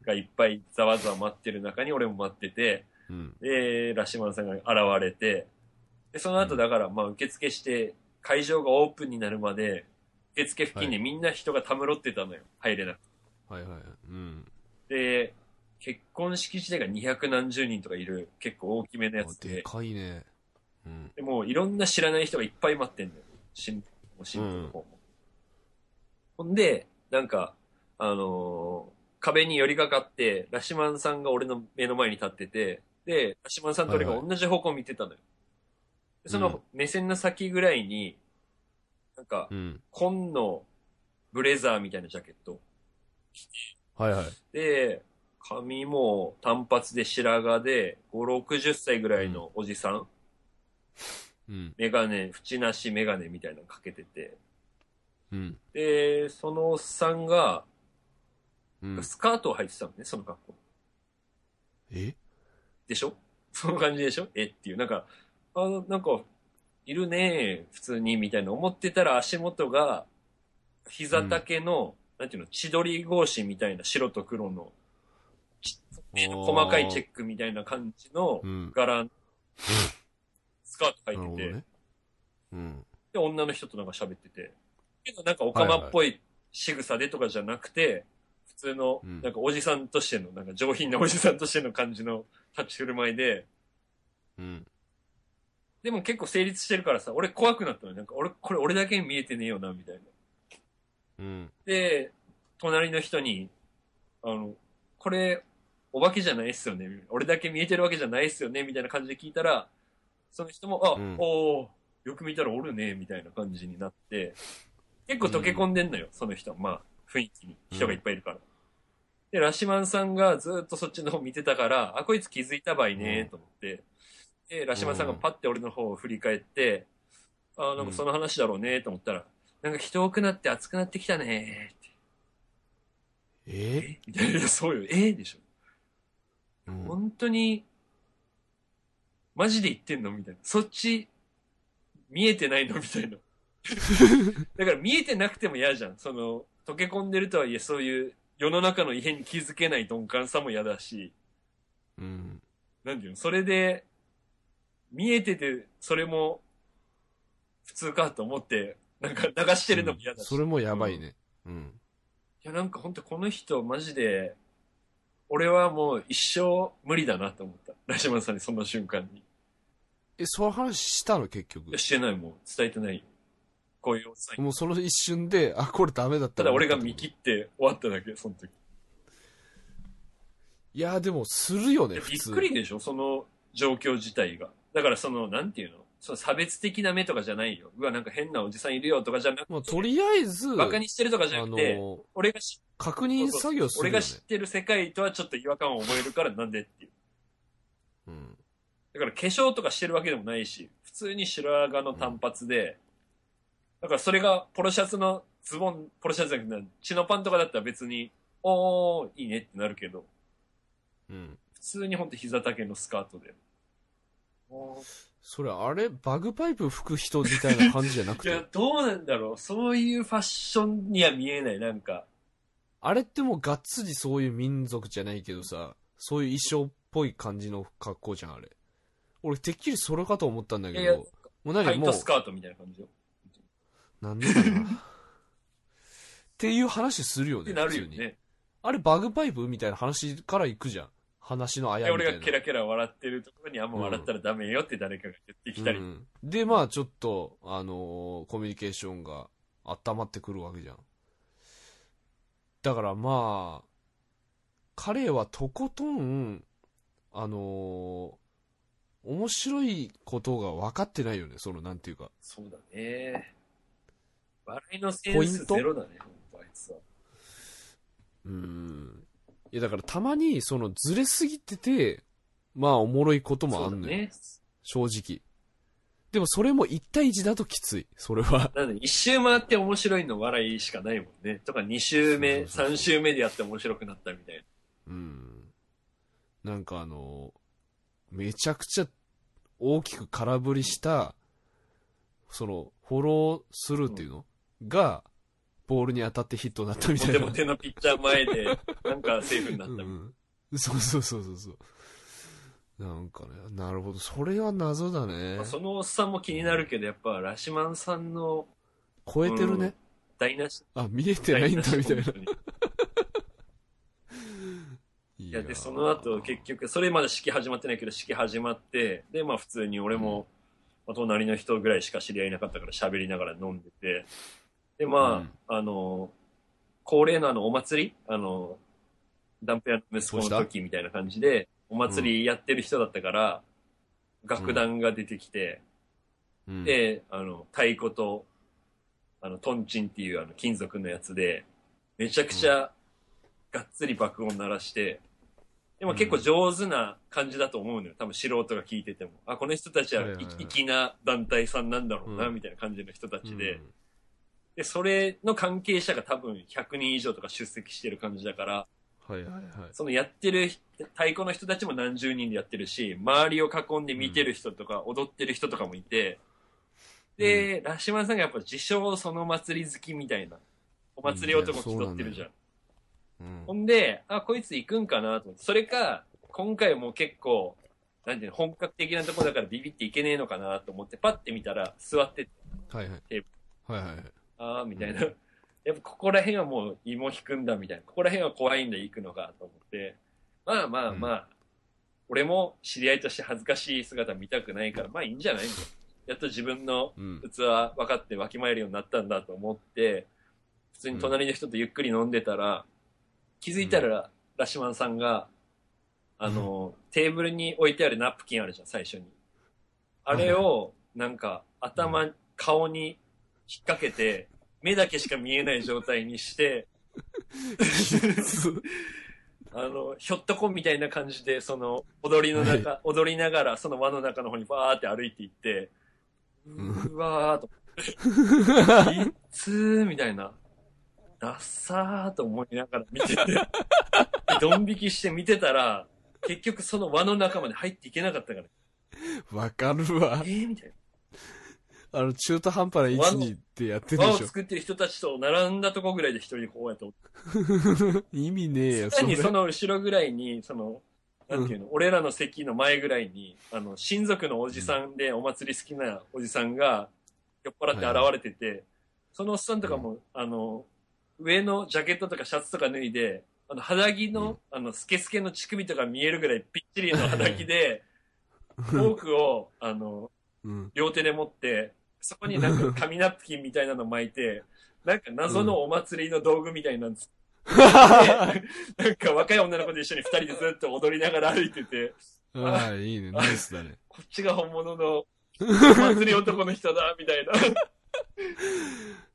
[SPEAKER 2] がいっぱいざわざわ待ってる中に俺も待ってて、
[SPEAKER 3] うん。
[SPEAKER 2] で、ラシマンさんが現れて、で、その後だから、まあ、受付して、会場がオープンになるまで、受付付近で
[SPEAKER 3] は
[SPEAKER 2] みんな人がたむろってたのよ。入れなく
[SPEAKER 3] はいはい。うん。
[SPEAKER 2] て。で、結婚式自体が二百何十人とかいる、結構大きめのや
[SPEAKER 3] あ
[SPEAKER 2] つ
[SPEAKER 3] で
[SPEAKER 2] で、
[SPEAKER 3] かいね。うん。
[SPEAKER 2] でもういろんな知らない人がいっぱい待ってんだよ。新もう新婦の方も。ほんで、なんか、あのー壁に寄りかかって、ラシマンさんが俺の目の前に立ってて、で、島田さんと俺が同じ方向見てたのよ。でその目線の先ぐらいに、なんか、
[SPEAKER 3] うん。
[SPEAKER 2] 紺のブレザーみたいなジャケット。
[SPEAKER 3] はいはい。
[SPEAKER 2] で、髪も短髪で白髪で、5、60歳ぐらいのおじさん、
[SPEAKER 3] うん。
[SPEAKER 2] メガネ、縁なしメガネみたいなのかけてて。
[SPEAKER 3] うん。
[SPEAKER 2] で、そのおっさんが、
[SPEAKER 3] うん。
[SPEAKER 2] スカートを履いてたのね、その格好。
[SPEAKER 3] え
[SPEAKER 2] でしょ (laughs) その感じでしょえっていう。なんか、あ、なんか、いるね普通に、みたいな思ってたら足元が、膝丈の、なんていうの、千鳥格子みたいな白と黒の、ち細かいチェックみたいな感じの
[SPEAKER 3] うん。
[SPEAKER 2] 柄、スカート
[SPEAKER 3] なる
[SPEAKER 2] 履い
[SPEAKER 3] ほど
[SPEAKER 2] てて、
[SPEAKER 3] ね。うん。
[SPEAKER 2] で、女の人となんか喋ってて。けどなんかオカマっぽい仕草でとかじゃなくて、普通の
[SPEAKER 3] うん、
[SPEAKER 2] なんかおじさんとしての、なんか上品なおじさんとしての感じの立ち振る舞いで、
[SPEAKER 3] うん。
[SPEAKER 2] でも結構成立してるからさ、俺怖くなったのよ。なんか俺、これ俺だけ見えてねえよな、みたいな。
[SPEAKER 3] うん。
[SPEAKER 2] で、隣の人に、あの、これ、お化けじゃないっすよね。俺だけ見えてるわけじゃないっすよね、みたいな感じで聞いたら、その人も、あ、
[SPEAKER 3] うん
[SPEAKER 2] おーよく見たらおるね、みたいな感じになって、結構溶け込んでんのよ、その人は。まあ、雰囲気に。人がいっぱいいるから。で、ラシマンさんがずっとそっちの方見てたから、あ、こいつ気づいたばいね、と思って。で、ラシマンさんがパッて俺の方を振り返って、あ、なんかその話だろうね、と思ったら、なんか人多くなって暑くなってきたね、って。
[SPEAKER 3] え
[SPEAKER 2] えみたいな、 (laughs) いやそうよ、えでしょ。
[SPEAKER 3] うん
[SPEAKER 2] 本当に、マジで言ってんのみたいな。そっち、見えてないのみたいな。だから見えてなくても嫌じゃん。その、溶け込んでるとはいえ、そういう世の中の異変に気づけない鈍感さも嫌だし、
[SPEAKER 3] うん。
[SPEAKER 2] なんていうの、それで、見えてて、それも、普通かと思って、なんか流してるのも嫌だし。
[SPEAKER 3] それもやばいね。うん。
[SPEAKER 2] いや、なんか本当この人、マジで、俺はもう一生無理だなと思った。ラシマンさんにその瞬間に。い
[SPEAKER 3] え、その話したの結局
[SPEAKER 2] や、。してないもん。伝えてないよ。こういうおっさんに。
[SPEAKER 3] もうその一瞬で、あ、これダメだった
[SPEAKER 2] た
[SPEAKER 3] な
[SPEAKER 2] だ俺が見切って終わっただけ、その時。
[SPEAKER 3] いや、でも、するよね、
[SPEAKER 2] で
[SPEAKER 3] 普
[SPEAKER 2] びっ
[SPEAKER 3] 通。
[SPEAKER 2] くりでしょその状況自体が。だからその、なんていうのその差別的な目とかじゃないよ。うわ、なんか変なおじさんいるよとかじゃなくて、
[SPEAKER 3] まあ、とりあえず、
[SPEAKER 2] バカにしてるとかじゃ
[SPEAKER 3] あ
[SPEAKER 2] なく
[SPEAKER 3] の
[SPEAKER 2] て、俺が知
[SPEAKER 3] 確認作業す
[SPEAKER 2] 俺
[SPEAKER 3] るよ
[SPEAKER 2] が
[SPEAKER 3] ね。
[SPEAKER 2] 知ってる世界とはちょっと違和感を覚えるからなんでっていう。
[SPEAKER 3] うん。
[SPEAKER 2] だから化粧とかしてるわけでもないし、普通に白髪の短髪で、だからそれがポロシャツのズボン、ポロシャツじゃなくて、チノパンとかだったら別に、おー、いいねってなるけど、
[SPEAKER 3] うん。
[SPEAKER 2] 普通にほんと膝丈のスカートで。おー
[SPEAKER 3] それ、あれ、バグパイプ吹く人みたいな感じじゃなく
[SPEAKER 2] いや
[SPEAKER 3] て、、
[SPEAKER 2] どうなんだろう。そういうファッションには見えない、なんか。
[SPEAKER 3] あれってもうがっつりそういう民族じゃないけどさ、そういう衣装っぽい感じの格好じゃん、あれ。俺、てっきりそれかと思ったんだけど、
[SPEAKER 2] いやいや
[SPEAKER 3] もう何
[SPEAKER 2] タイ
[SPEAKER 3] も
[SPEAKER 2] ト
[SPEAKER 3] う、
[SPEAKER 2] スカートみたいな感じよ。
[SPEAKER 3] なんでだろうな。っていう話するよ
[SPEAKER 2] っ
[SPEAKER 3] ね。
[SPEAKER 2] てなるよ
[SPEAKER 3] 普通に。
[SPEAKER 2] ね。
[SPEAKER 3] あれ、バグパイプみたいな話から行くじゃん。話のあ
[SPEAKER 2] で
[SPEAKER 3] やみたい
[SPEAKER 2] 俺
[SPEAKER 3] な。
[SPEAKER 2] がケラケラ笑ってるところにあんま笑ったらダメよって誰かが言ってきたり。
[SPEAKER 3] うんでまあちょっとあのーコミュニケーションが温まってくるわけじゃんだからまあ彼はとことんあのー面白いことが分かってないよねそのなんていうか
[SPEAKER 2] そうだね。笑いのセンス
[SPEAKER 3] ポイント
[SPEAKER 2] ゼロだね、本当あいつは。
[SPEAKER 3] うんいやだからたまにそのずれすぎててまあおもろいこともあん
[SPEAKER 2] そう
[SPEAKER 3] の
[SPEAKER 2] だ
[SPEAKER 3] よ、
[SPEAKER 2] ね。
[SPEAKER 3] 正直でもそれも1対1だときついそれは
[SPEAKER 2] なんで、一周回って面白いの笑いしかないもんね。とか、二周目、
[SPEAKER 3] そうそうそう
[SPEAKER 2] 三周目でやって面白くなったみたいな。
[SPEAKER 3] うん。なんかあの、めちゃくちゃ大きく空振りした、その、フォロースルーっていうの、が、ボールに当たってヒットになったみ
[SPEAKER 2] モ
[SPEAKER 3] たい
[SPEAKER 2] テ
[SPEAKER 3] な。
[SPEAKER 2] モテのピッチャー前で、なんかセーフになった
[SPEAKER 3] う
[SPEAKER 2] みたいな。
[SPEAKER 3] んうんそうそうそうそうそう。なんかね、なるほど。それは謎だね
[SPEAKER 2] まあ。そのおっさんも気になるけど、やっぱ、ラシマンさんの
[SPEAKER 3] 超えてるね。
[SPEAKER 2] 台無し。
[SPEAKER 3] あ、見えてないんだみたいな。
[SPEAKER 2] 台無し本当に
[SPEAKER 3] い
[SPEAKER 2] いや、で、その後、結
[SPEAKER 3] 構。
[SPEAKER 2] 局、それまだ式始まってないけど、式始まって、で、まあ、普通に俺も、まあ、隣の人ぐらいしか知り合いなかったから喋りながら飲んでて、で、まあ、あの、恒例のあの、お祭りあの、ダンプ屋の息子の時みたいな感じで、お祭りやってる人だったから、楽団が出てきて、
[SPEAKER 3] うん、
[SPEAKER 2] で、あの、太鼓と、あの、トンチンっていうあの、金属のやつで、めちゃくちゃ、がっつり爆音鳴らして、でも結構上手な感じだと思うのよ。多分素人が聞いてても。あ、この人たちは
[SPEAKER 3] はいはいいはい
[SPEAKER 2] 粋な団体さんなんだろうな、
[SPEAKER 3] うん
[SPEAKER 2] みたいな感じの人たちで。
[SPEAKER 3] うん
[SPEAKER 2] で、それの関係者が多分100人以上とか出席してる感じだから、
[SPEAKER 3] はいはいはい。
[SPEAKER 2] そのやってる人太鼓の人たちも何十人でやってるし、周りを囲んで見てる人とか、踊ってる人とかもいて、で、ラシマンさんがやっぱ自称その祭り好きみたいな、お祭り男気取ってるじゃん。
[SPEAKER 3] うん
[SPEAKER 2] ほんで、あ、こいつ行くんかなと思って、それか、今回も結構、なんていうの、本格的なとこだからビビっていけねえのかなと思って、パッて見たら座ってて
[SPEAKER 3] はいはい
[SPEAKER 2] え。
[SPEAKER 3] はいはいはい。
[SPEAKER 2] ああ、みたいな。やっぱここら辺はもう芋引くんだみたいな。ここら辺は怖いんだ行くのがと思って。まあまあまあ、俺も知り合いとして恥ずかしい姿見たくないから、まあいいんじゃないみたいなやっと自分の
[SPEAKER 3] うん。 (laughs)
[SPEAKER 2] 器分かってわきまえるようになったんだと思って、普通に隣の人とゆっくり飲んでたら、気づいたらラシマンさんが、あの、テーブルに置いてあるナプキンあるじゃん、最初に。あれを、なんか、頭、顔に引っ掛けて、目だけしか見えない状態にして、あの、ひょっとこみたいな感じで、その、踊りの中、踊りながら、その輪の中の方にバーって歩いていって、うわーと、いつーみたいな、ダッサーと思いながら
[SPEAKER 3] (laughs)
[SPEAKER 2] 見てて、でドン引きして見てたら、結局その輪の中まで入っていけなかったから、
[SPEAKER 3] わかるわ
[SPEAKER 2] え。ーみたいな。
[SPEAKER 3] あの、中途半端な位置にってやってる
[SPEAKER 2] 輪
[SPEAKER 3] で
[SPEAKER 2] を
[SPEAKER 3] しょ。
[SPEAKER 2] 作ってる人たちと並んだとこぐらいで一人でこうやって、
[SPEAKER 3] (laughs) 意味ねえよ、
[SPEAKER 2] さらに
[SPEAKER 3] れ
[SPEAKER 2] その後ろぐらいに、その、なんていうの、俺らの席の前ぐらいに、あの、親族のおじさんでお祭り好きなおじさんが酔っ払って現れてて、そのおっさんとかも、あの、上のジャケットとかシャツとか脱いで、あの、肌着の、
[SPEAKER 3] うん
[SPEAKER 2] あの、スケスケの乳首とか見えるぐらいぴっちりの肌着で、フォークを、あの、 (laughs)
[SPEAKER 3] うん。
[SPEAKER 2] 両手で持って、そこになんか紙ナプキンみたいなの巻いて、なんか謎のお祭りの道具みたいなのつって、なんか若い女の子と一緒に二人でずっと踊りながら歩いてて、
[SPEAKER 3] ああ、いいね。ナイスだね。
[SPEAKER 2] こっちが本物のお祭り男の人だ、みたいな。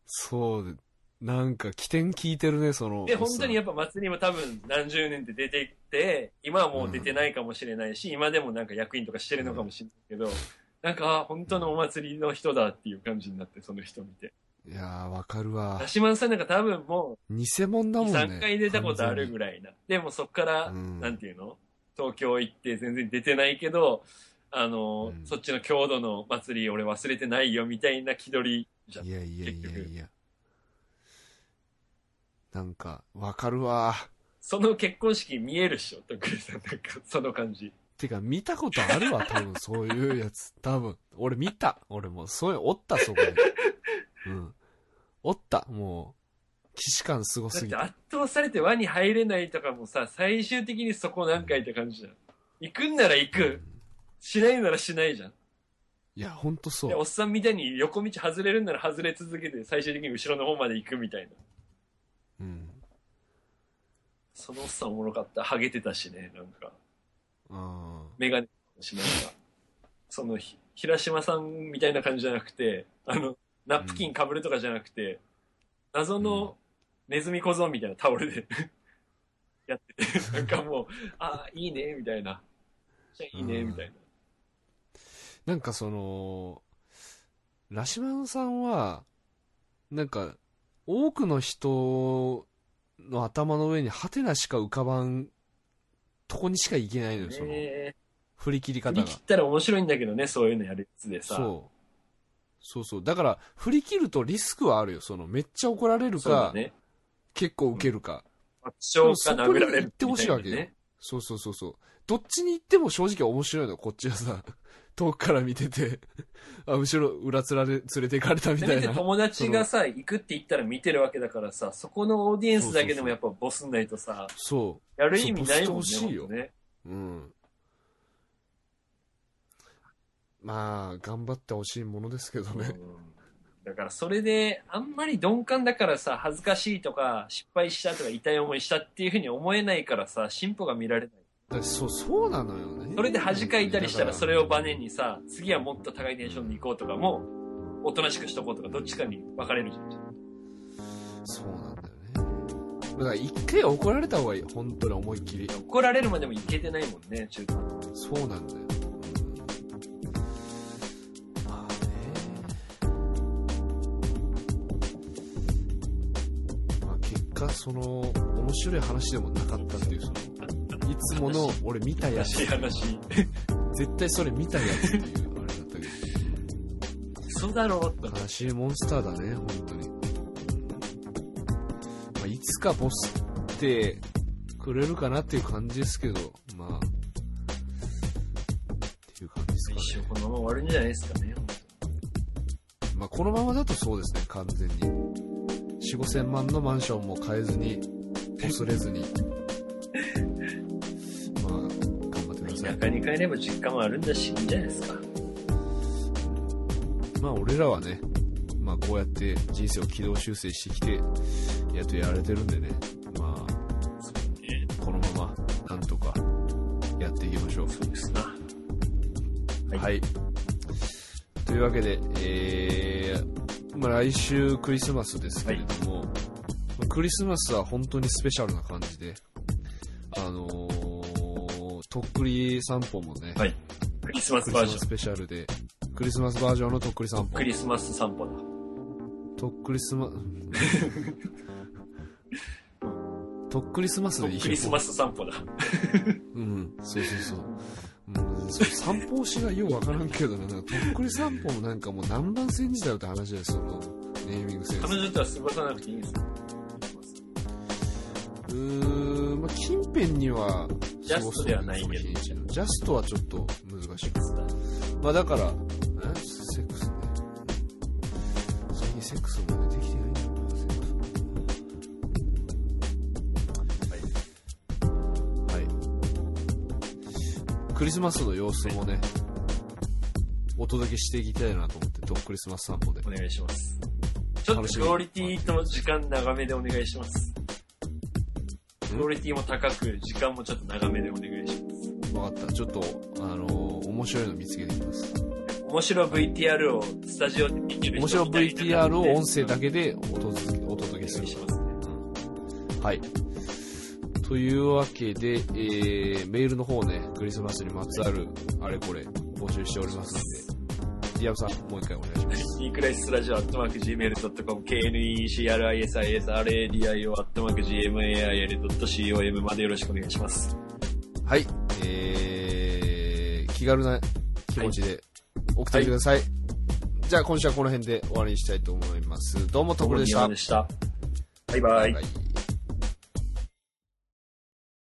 [SPEAKER 3] そうで。なんか、起点聞いてるね、その。
[SPEAKER 2] で、本当に
[SPEAKER 3] や
[SPEAKER 2] やっぱ祭りも多分何十年って出てきて、今はもう出てないかもしれないし、今でもなんか役員とかしてるのかもしれないけど、なんかあ本当のお祭りの人だっていう感じになって、その人見て。
[SPEAKER 3] いやー、わかるわ
[SPEAKER 2] ラ。シマンさんなんか多分もう、
[SPEAKER 3] 偽物だもんね。
[SPEAKER 2] 3回出たことあるぐらいな。でもそっから、
[SPEAKER 3] うん
[SPEAKER 2] なんていうの東京行って全然出てないけど、あの、
[SPEAKER 3] うん
[SPEAKER 2] そっちの郷土の祭り俺忘れてないよみたいな気取りじゃん
[SPEAKER 3] い。やいやいや
[SPEAKER 2] 結局
[SPEAKER 3] いや。なんか、わかるわ。
[SPEAKER 2] その結婚式見えるっしょ、とっくりさん。なんか、その感じ。
[SPEAKER 3] てか、見たことある
[SPEAKER 2] (laughs)
[SPEAKER 3] わ、多分、そういうやつ。多分。俺見た。俺もう、そういう、おった、そこ
[SPEAKER 2] (laughs)
[SPEAKER 3] に。うん。おった、もう。既視感すご
[SPEAKER 2] だっ
[SPEAKER 3] すぎ
[SPEAKER 2] て
[SPEAKER 3] て。
[SPEAKER 2] 圧倒されて輪に入れないとかもさ、最終的にそこ何回って感じじゃん。行くんなら行
[SPEAKER 3] う
[SPEAKER 2] く。
[SPEAKER 3] ん
[SPEAKER 2] しないならしないじゃん。
[SPEAKER 3] いや、ほんとそ
[SPEAKER 2] で、お
[SPEAKER 3] う。
[SPEAKER 2] っさんみたいに横道外れるんなら外れ続けて、最終的に後ろの方まで行くみたいな。
[SPEAKER 3] うん。
[SPEAKER 2] そのおっさんおもろかった。ハゲてたしね、なんか。
[SPEAKER 3] うん。
[SPEAKER 2] メガネしながら、その、ひ平島さんみたいな感じじゃなくて、あの、ナプキン被るとかじゃなくて、謎
[SPEAKER 3] うん
[SPEAKER 2] のネズミ小僧みたいなタオルで、 (laughs) やってて、なんかもう、あーいいね、みたいな。じゃあいいね、
[SPEAKER 3] うん
[SPEAKER 2] みたいな。
[SPEAKER 3] なんかその、ラシマンさんは、なんか、多くの人の頭の上にハテナしか浮かばんとこにしかいけないのよ、その、
[SPEAKER 2] ね
[SPEAKER 3] 振り切り
[SPEAKER 2] 振
[SPEAKER 3] 方
[SPEAKER 2] り
[SPEAKER 3] が
[SPEAKER 2] 切。ったら面白いんだけどね、そういうのやるやつでさ。
[SPEAKER 3] そう。そうそう。だから、振り切るとリスクはあるよ。その、めっちゃ怒られる
[SPEAKER 2] そうだ
[SPEAKER 3] か、
[SPEAKER 2] ね。
[SPEAKER 3] 結構受けるか。
[SPEAKER 2] 爆笑か殴られるみたいな
[SPEAKER 3] で
[SPEAKER 2] ね。
[SPEAKER 3] もそこに行ってほしいわけよそうそうそうそう。どっちに行っても正直面白
[SPEAKER 2] (laughs)
[SPEAKER 3] いの、こっちはさ。遠くから見てて、 (laughs) あ、後ろ、裏つられ、連れて行かれたみ
[SPEAKER 2] せ
[SPEAKER 3] た
[SPEAKER 2] め
[SPEAKER 3] い
[SPEAKER 2] て (laughs)
[SPEAKER 3] な。
[SPEAKER 2] 友達がさ、行くって言ったら見てるわけだからさ、そこのオーディエンスだけでもやっぱボスんないとさ、
[SPEAKER 3] そう。
[SPEAKER 2] やる意味ないもんね。
[SPEAKER 3] そうボスってほしいよ
[SPEAKER 2] ほん
[SPEAKER 3] (laughs)
[SPEAKER 2] とね
[SPEAKER 3] うん。まあ、頑張ってほしいものですけど
[SPEAKER 2] うん
[SPEAKER 3] ね。
[SPEAKER 2] だからそれで、あんまり鈍感だからさ、恥ずかしいとか、失敗したとか、痛い思いしたっていうふうに思えないからさ、進歩が見られない。
[SPEAKER 3] だそう、そうなのよね。
[SPEAKER 2] それで恥かいたりしたら、それをバネにさ、次はもっと高いテンションに行こうとかも、おとなしくしとこうとか、どっちかに分かれるじゃん。
[SPEAKER 3] そうなんだよね。だから一回怒られた方がいい。本当に思いっきり。
[SPEAKER 2] 怒られるまでもいけてないもんね、中途半
[SPEAKER 3] そうなんだよ。まあね。まあ結果、その、面白い話でもなかったっていう、その、いつもの俺見たや
[SPEAKER 2] 端。
[SPEAKER 3] つ
[SPEAKER 2] らし、い話。
[SPEAKER 3] 絶対それ見たやつっていう、あれだったけど。
[SPEAKER 2] そうだろうと。
[SPEAKER 3] 悲しいモンスターだね、本当に。まあ、いつかボスってくれるかなっていう感じですけど、まあ、っていう感じですか
[SPEAKER 2] 一生
[SPEAKER 3] ね。
[SPEAKER 2] このまま終わるんじゃないですかね。
[SPEAKER 3] まあ、このままだとそうですね、完全に。4、5千万のマンションも買えずに、擦れずに。 (laughs) まあ、頑張ってください。
[SPEAKER 2] 田舎に帰れば実家もあるんだし、いいんじゃないですか。
[SPEAKER 3] まあ俺らはね、まあこうやって人生を軌道修正してきて、やっとやられてるんでね、まあ、このまま、なんとか、やっていきましょう。
[SPEAKER 2] そうですな。
[SPEAKER 3] はい。
[SPEAKER 2] は
[SPEAKER 3] というわけで、えー、まあ来週クリスマスですけれども、まあクリスマスは本当にスペシャルな感じで、あのー、とっくり散歩もね、
[SPEAKER 2] はい。クリスマス
[SPEAKER 3] クリス
[SPEAKER 2] バー
[SPEAKER 3] マ
[SPEAKER 2] ジョ
[SPEAKER 3] ス
[SPEAKER 2] ン
[SPEAKER 3] ス。ペシャルで、クリスマスバージョンのとっくり散歩
[SPEAKER 2] ク。リスマス散歩だ。
[SPEAKER 3] とっくりす (laughs) ま、とっくりスマスでいいよ
[SPEAKER 2] クリスマス散歩だ。
[SPEAKER 3] うん、そうそうそう。うん、そう散歩しがようわからんけどな、なんかとっくり散歩もなんかもう南蛮戦時だよって話だよ、その、ネーミングセンス。
[SPEAKER 2] 彼
[SPEAKER 3] う
[SPEAKER 2] 女とは過ごさなくていいんですか
[SPEAKER 3] ーん、まあ、近辺には、
[SPEAKER 2] ジャストではないけど
[SPEAKER 3] そうそうそうジャストはちょっと難しい。まあだから、えセックスね。最近セックスも出てきてないんだよな、セックスも。はい。クリスマスの様子もね、お届けしていきたいなと思って、とクリスマス散歩で
[SPEAKER 2] お。願いします。ちょっ
[SPEAKER 3] 楽し
[SPEAKER 2] と
[SPEAKER 3] み
[SPEAKER 2] クオリティと時間長めでお願いします。
[SPEAKER 3] うん
[SPEAKER 2] クオリティも高く、時間もちょっと長めでお願いしま
[SPEAKER 3] わ
[SPEAKER 2] す。
[SPEAKER 3] かった。ちょっと、あのー面白いの見つけてきます。
[SPEAKER 2] 面白 VTR をスタジオで見てる
[SPEAKER 3] 面白い VTR を音声だ
[SPEAKER 2] け
[SPEAKER 3] けでお届けお
[SPEAKER 2] お
[SPEAKER 3] 届
[SPEAKER 2] 願
[SPEAKER 3] け
[SPEAKER 2] い
[SPEAKER 3] する
[SPEAKER 2] し。ますね。
[SPEAKER 3] はい。というわけで、えー、メールの方ね、クリスマスにまつわるあれこれ募集しておりますので、ディアムさん、もう一回お願いします。
[SPEAKER 2] イークライスラジオアットマーク Gmail.com、KNECRISISRADIO アットマーク GMAIL.com までよろしくお願いします。
[SPEAKER 3] はい。えー、気軽な気持ちで送ってください。じゃあ今週はこの辺で終わりにしたいと思います。どうも、ところでした。
[SPEAKER 2] した。バイバイ。
[SPEAKER 3] イ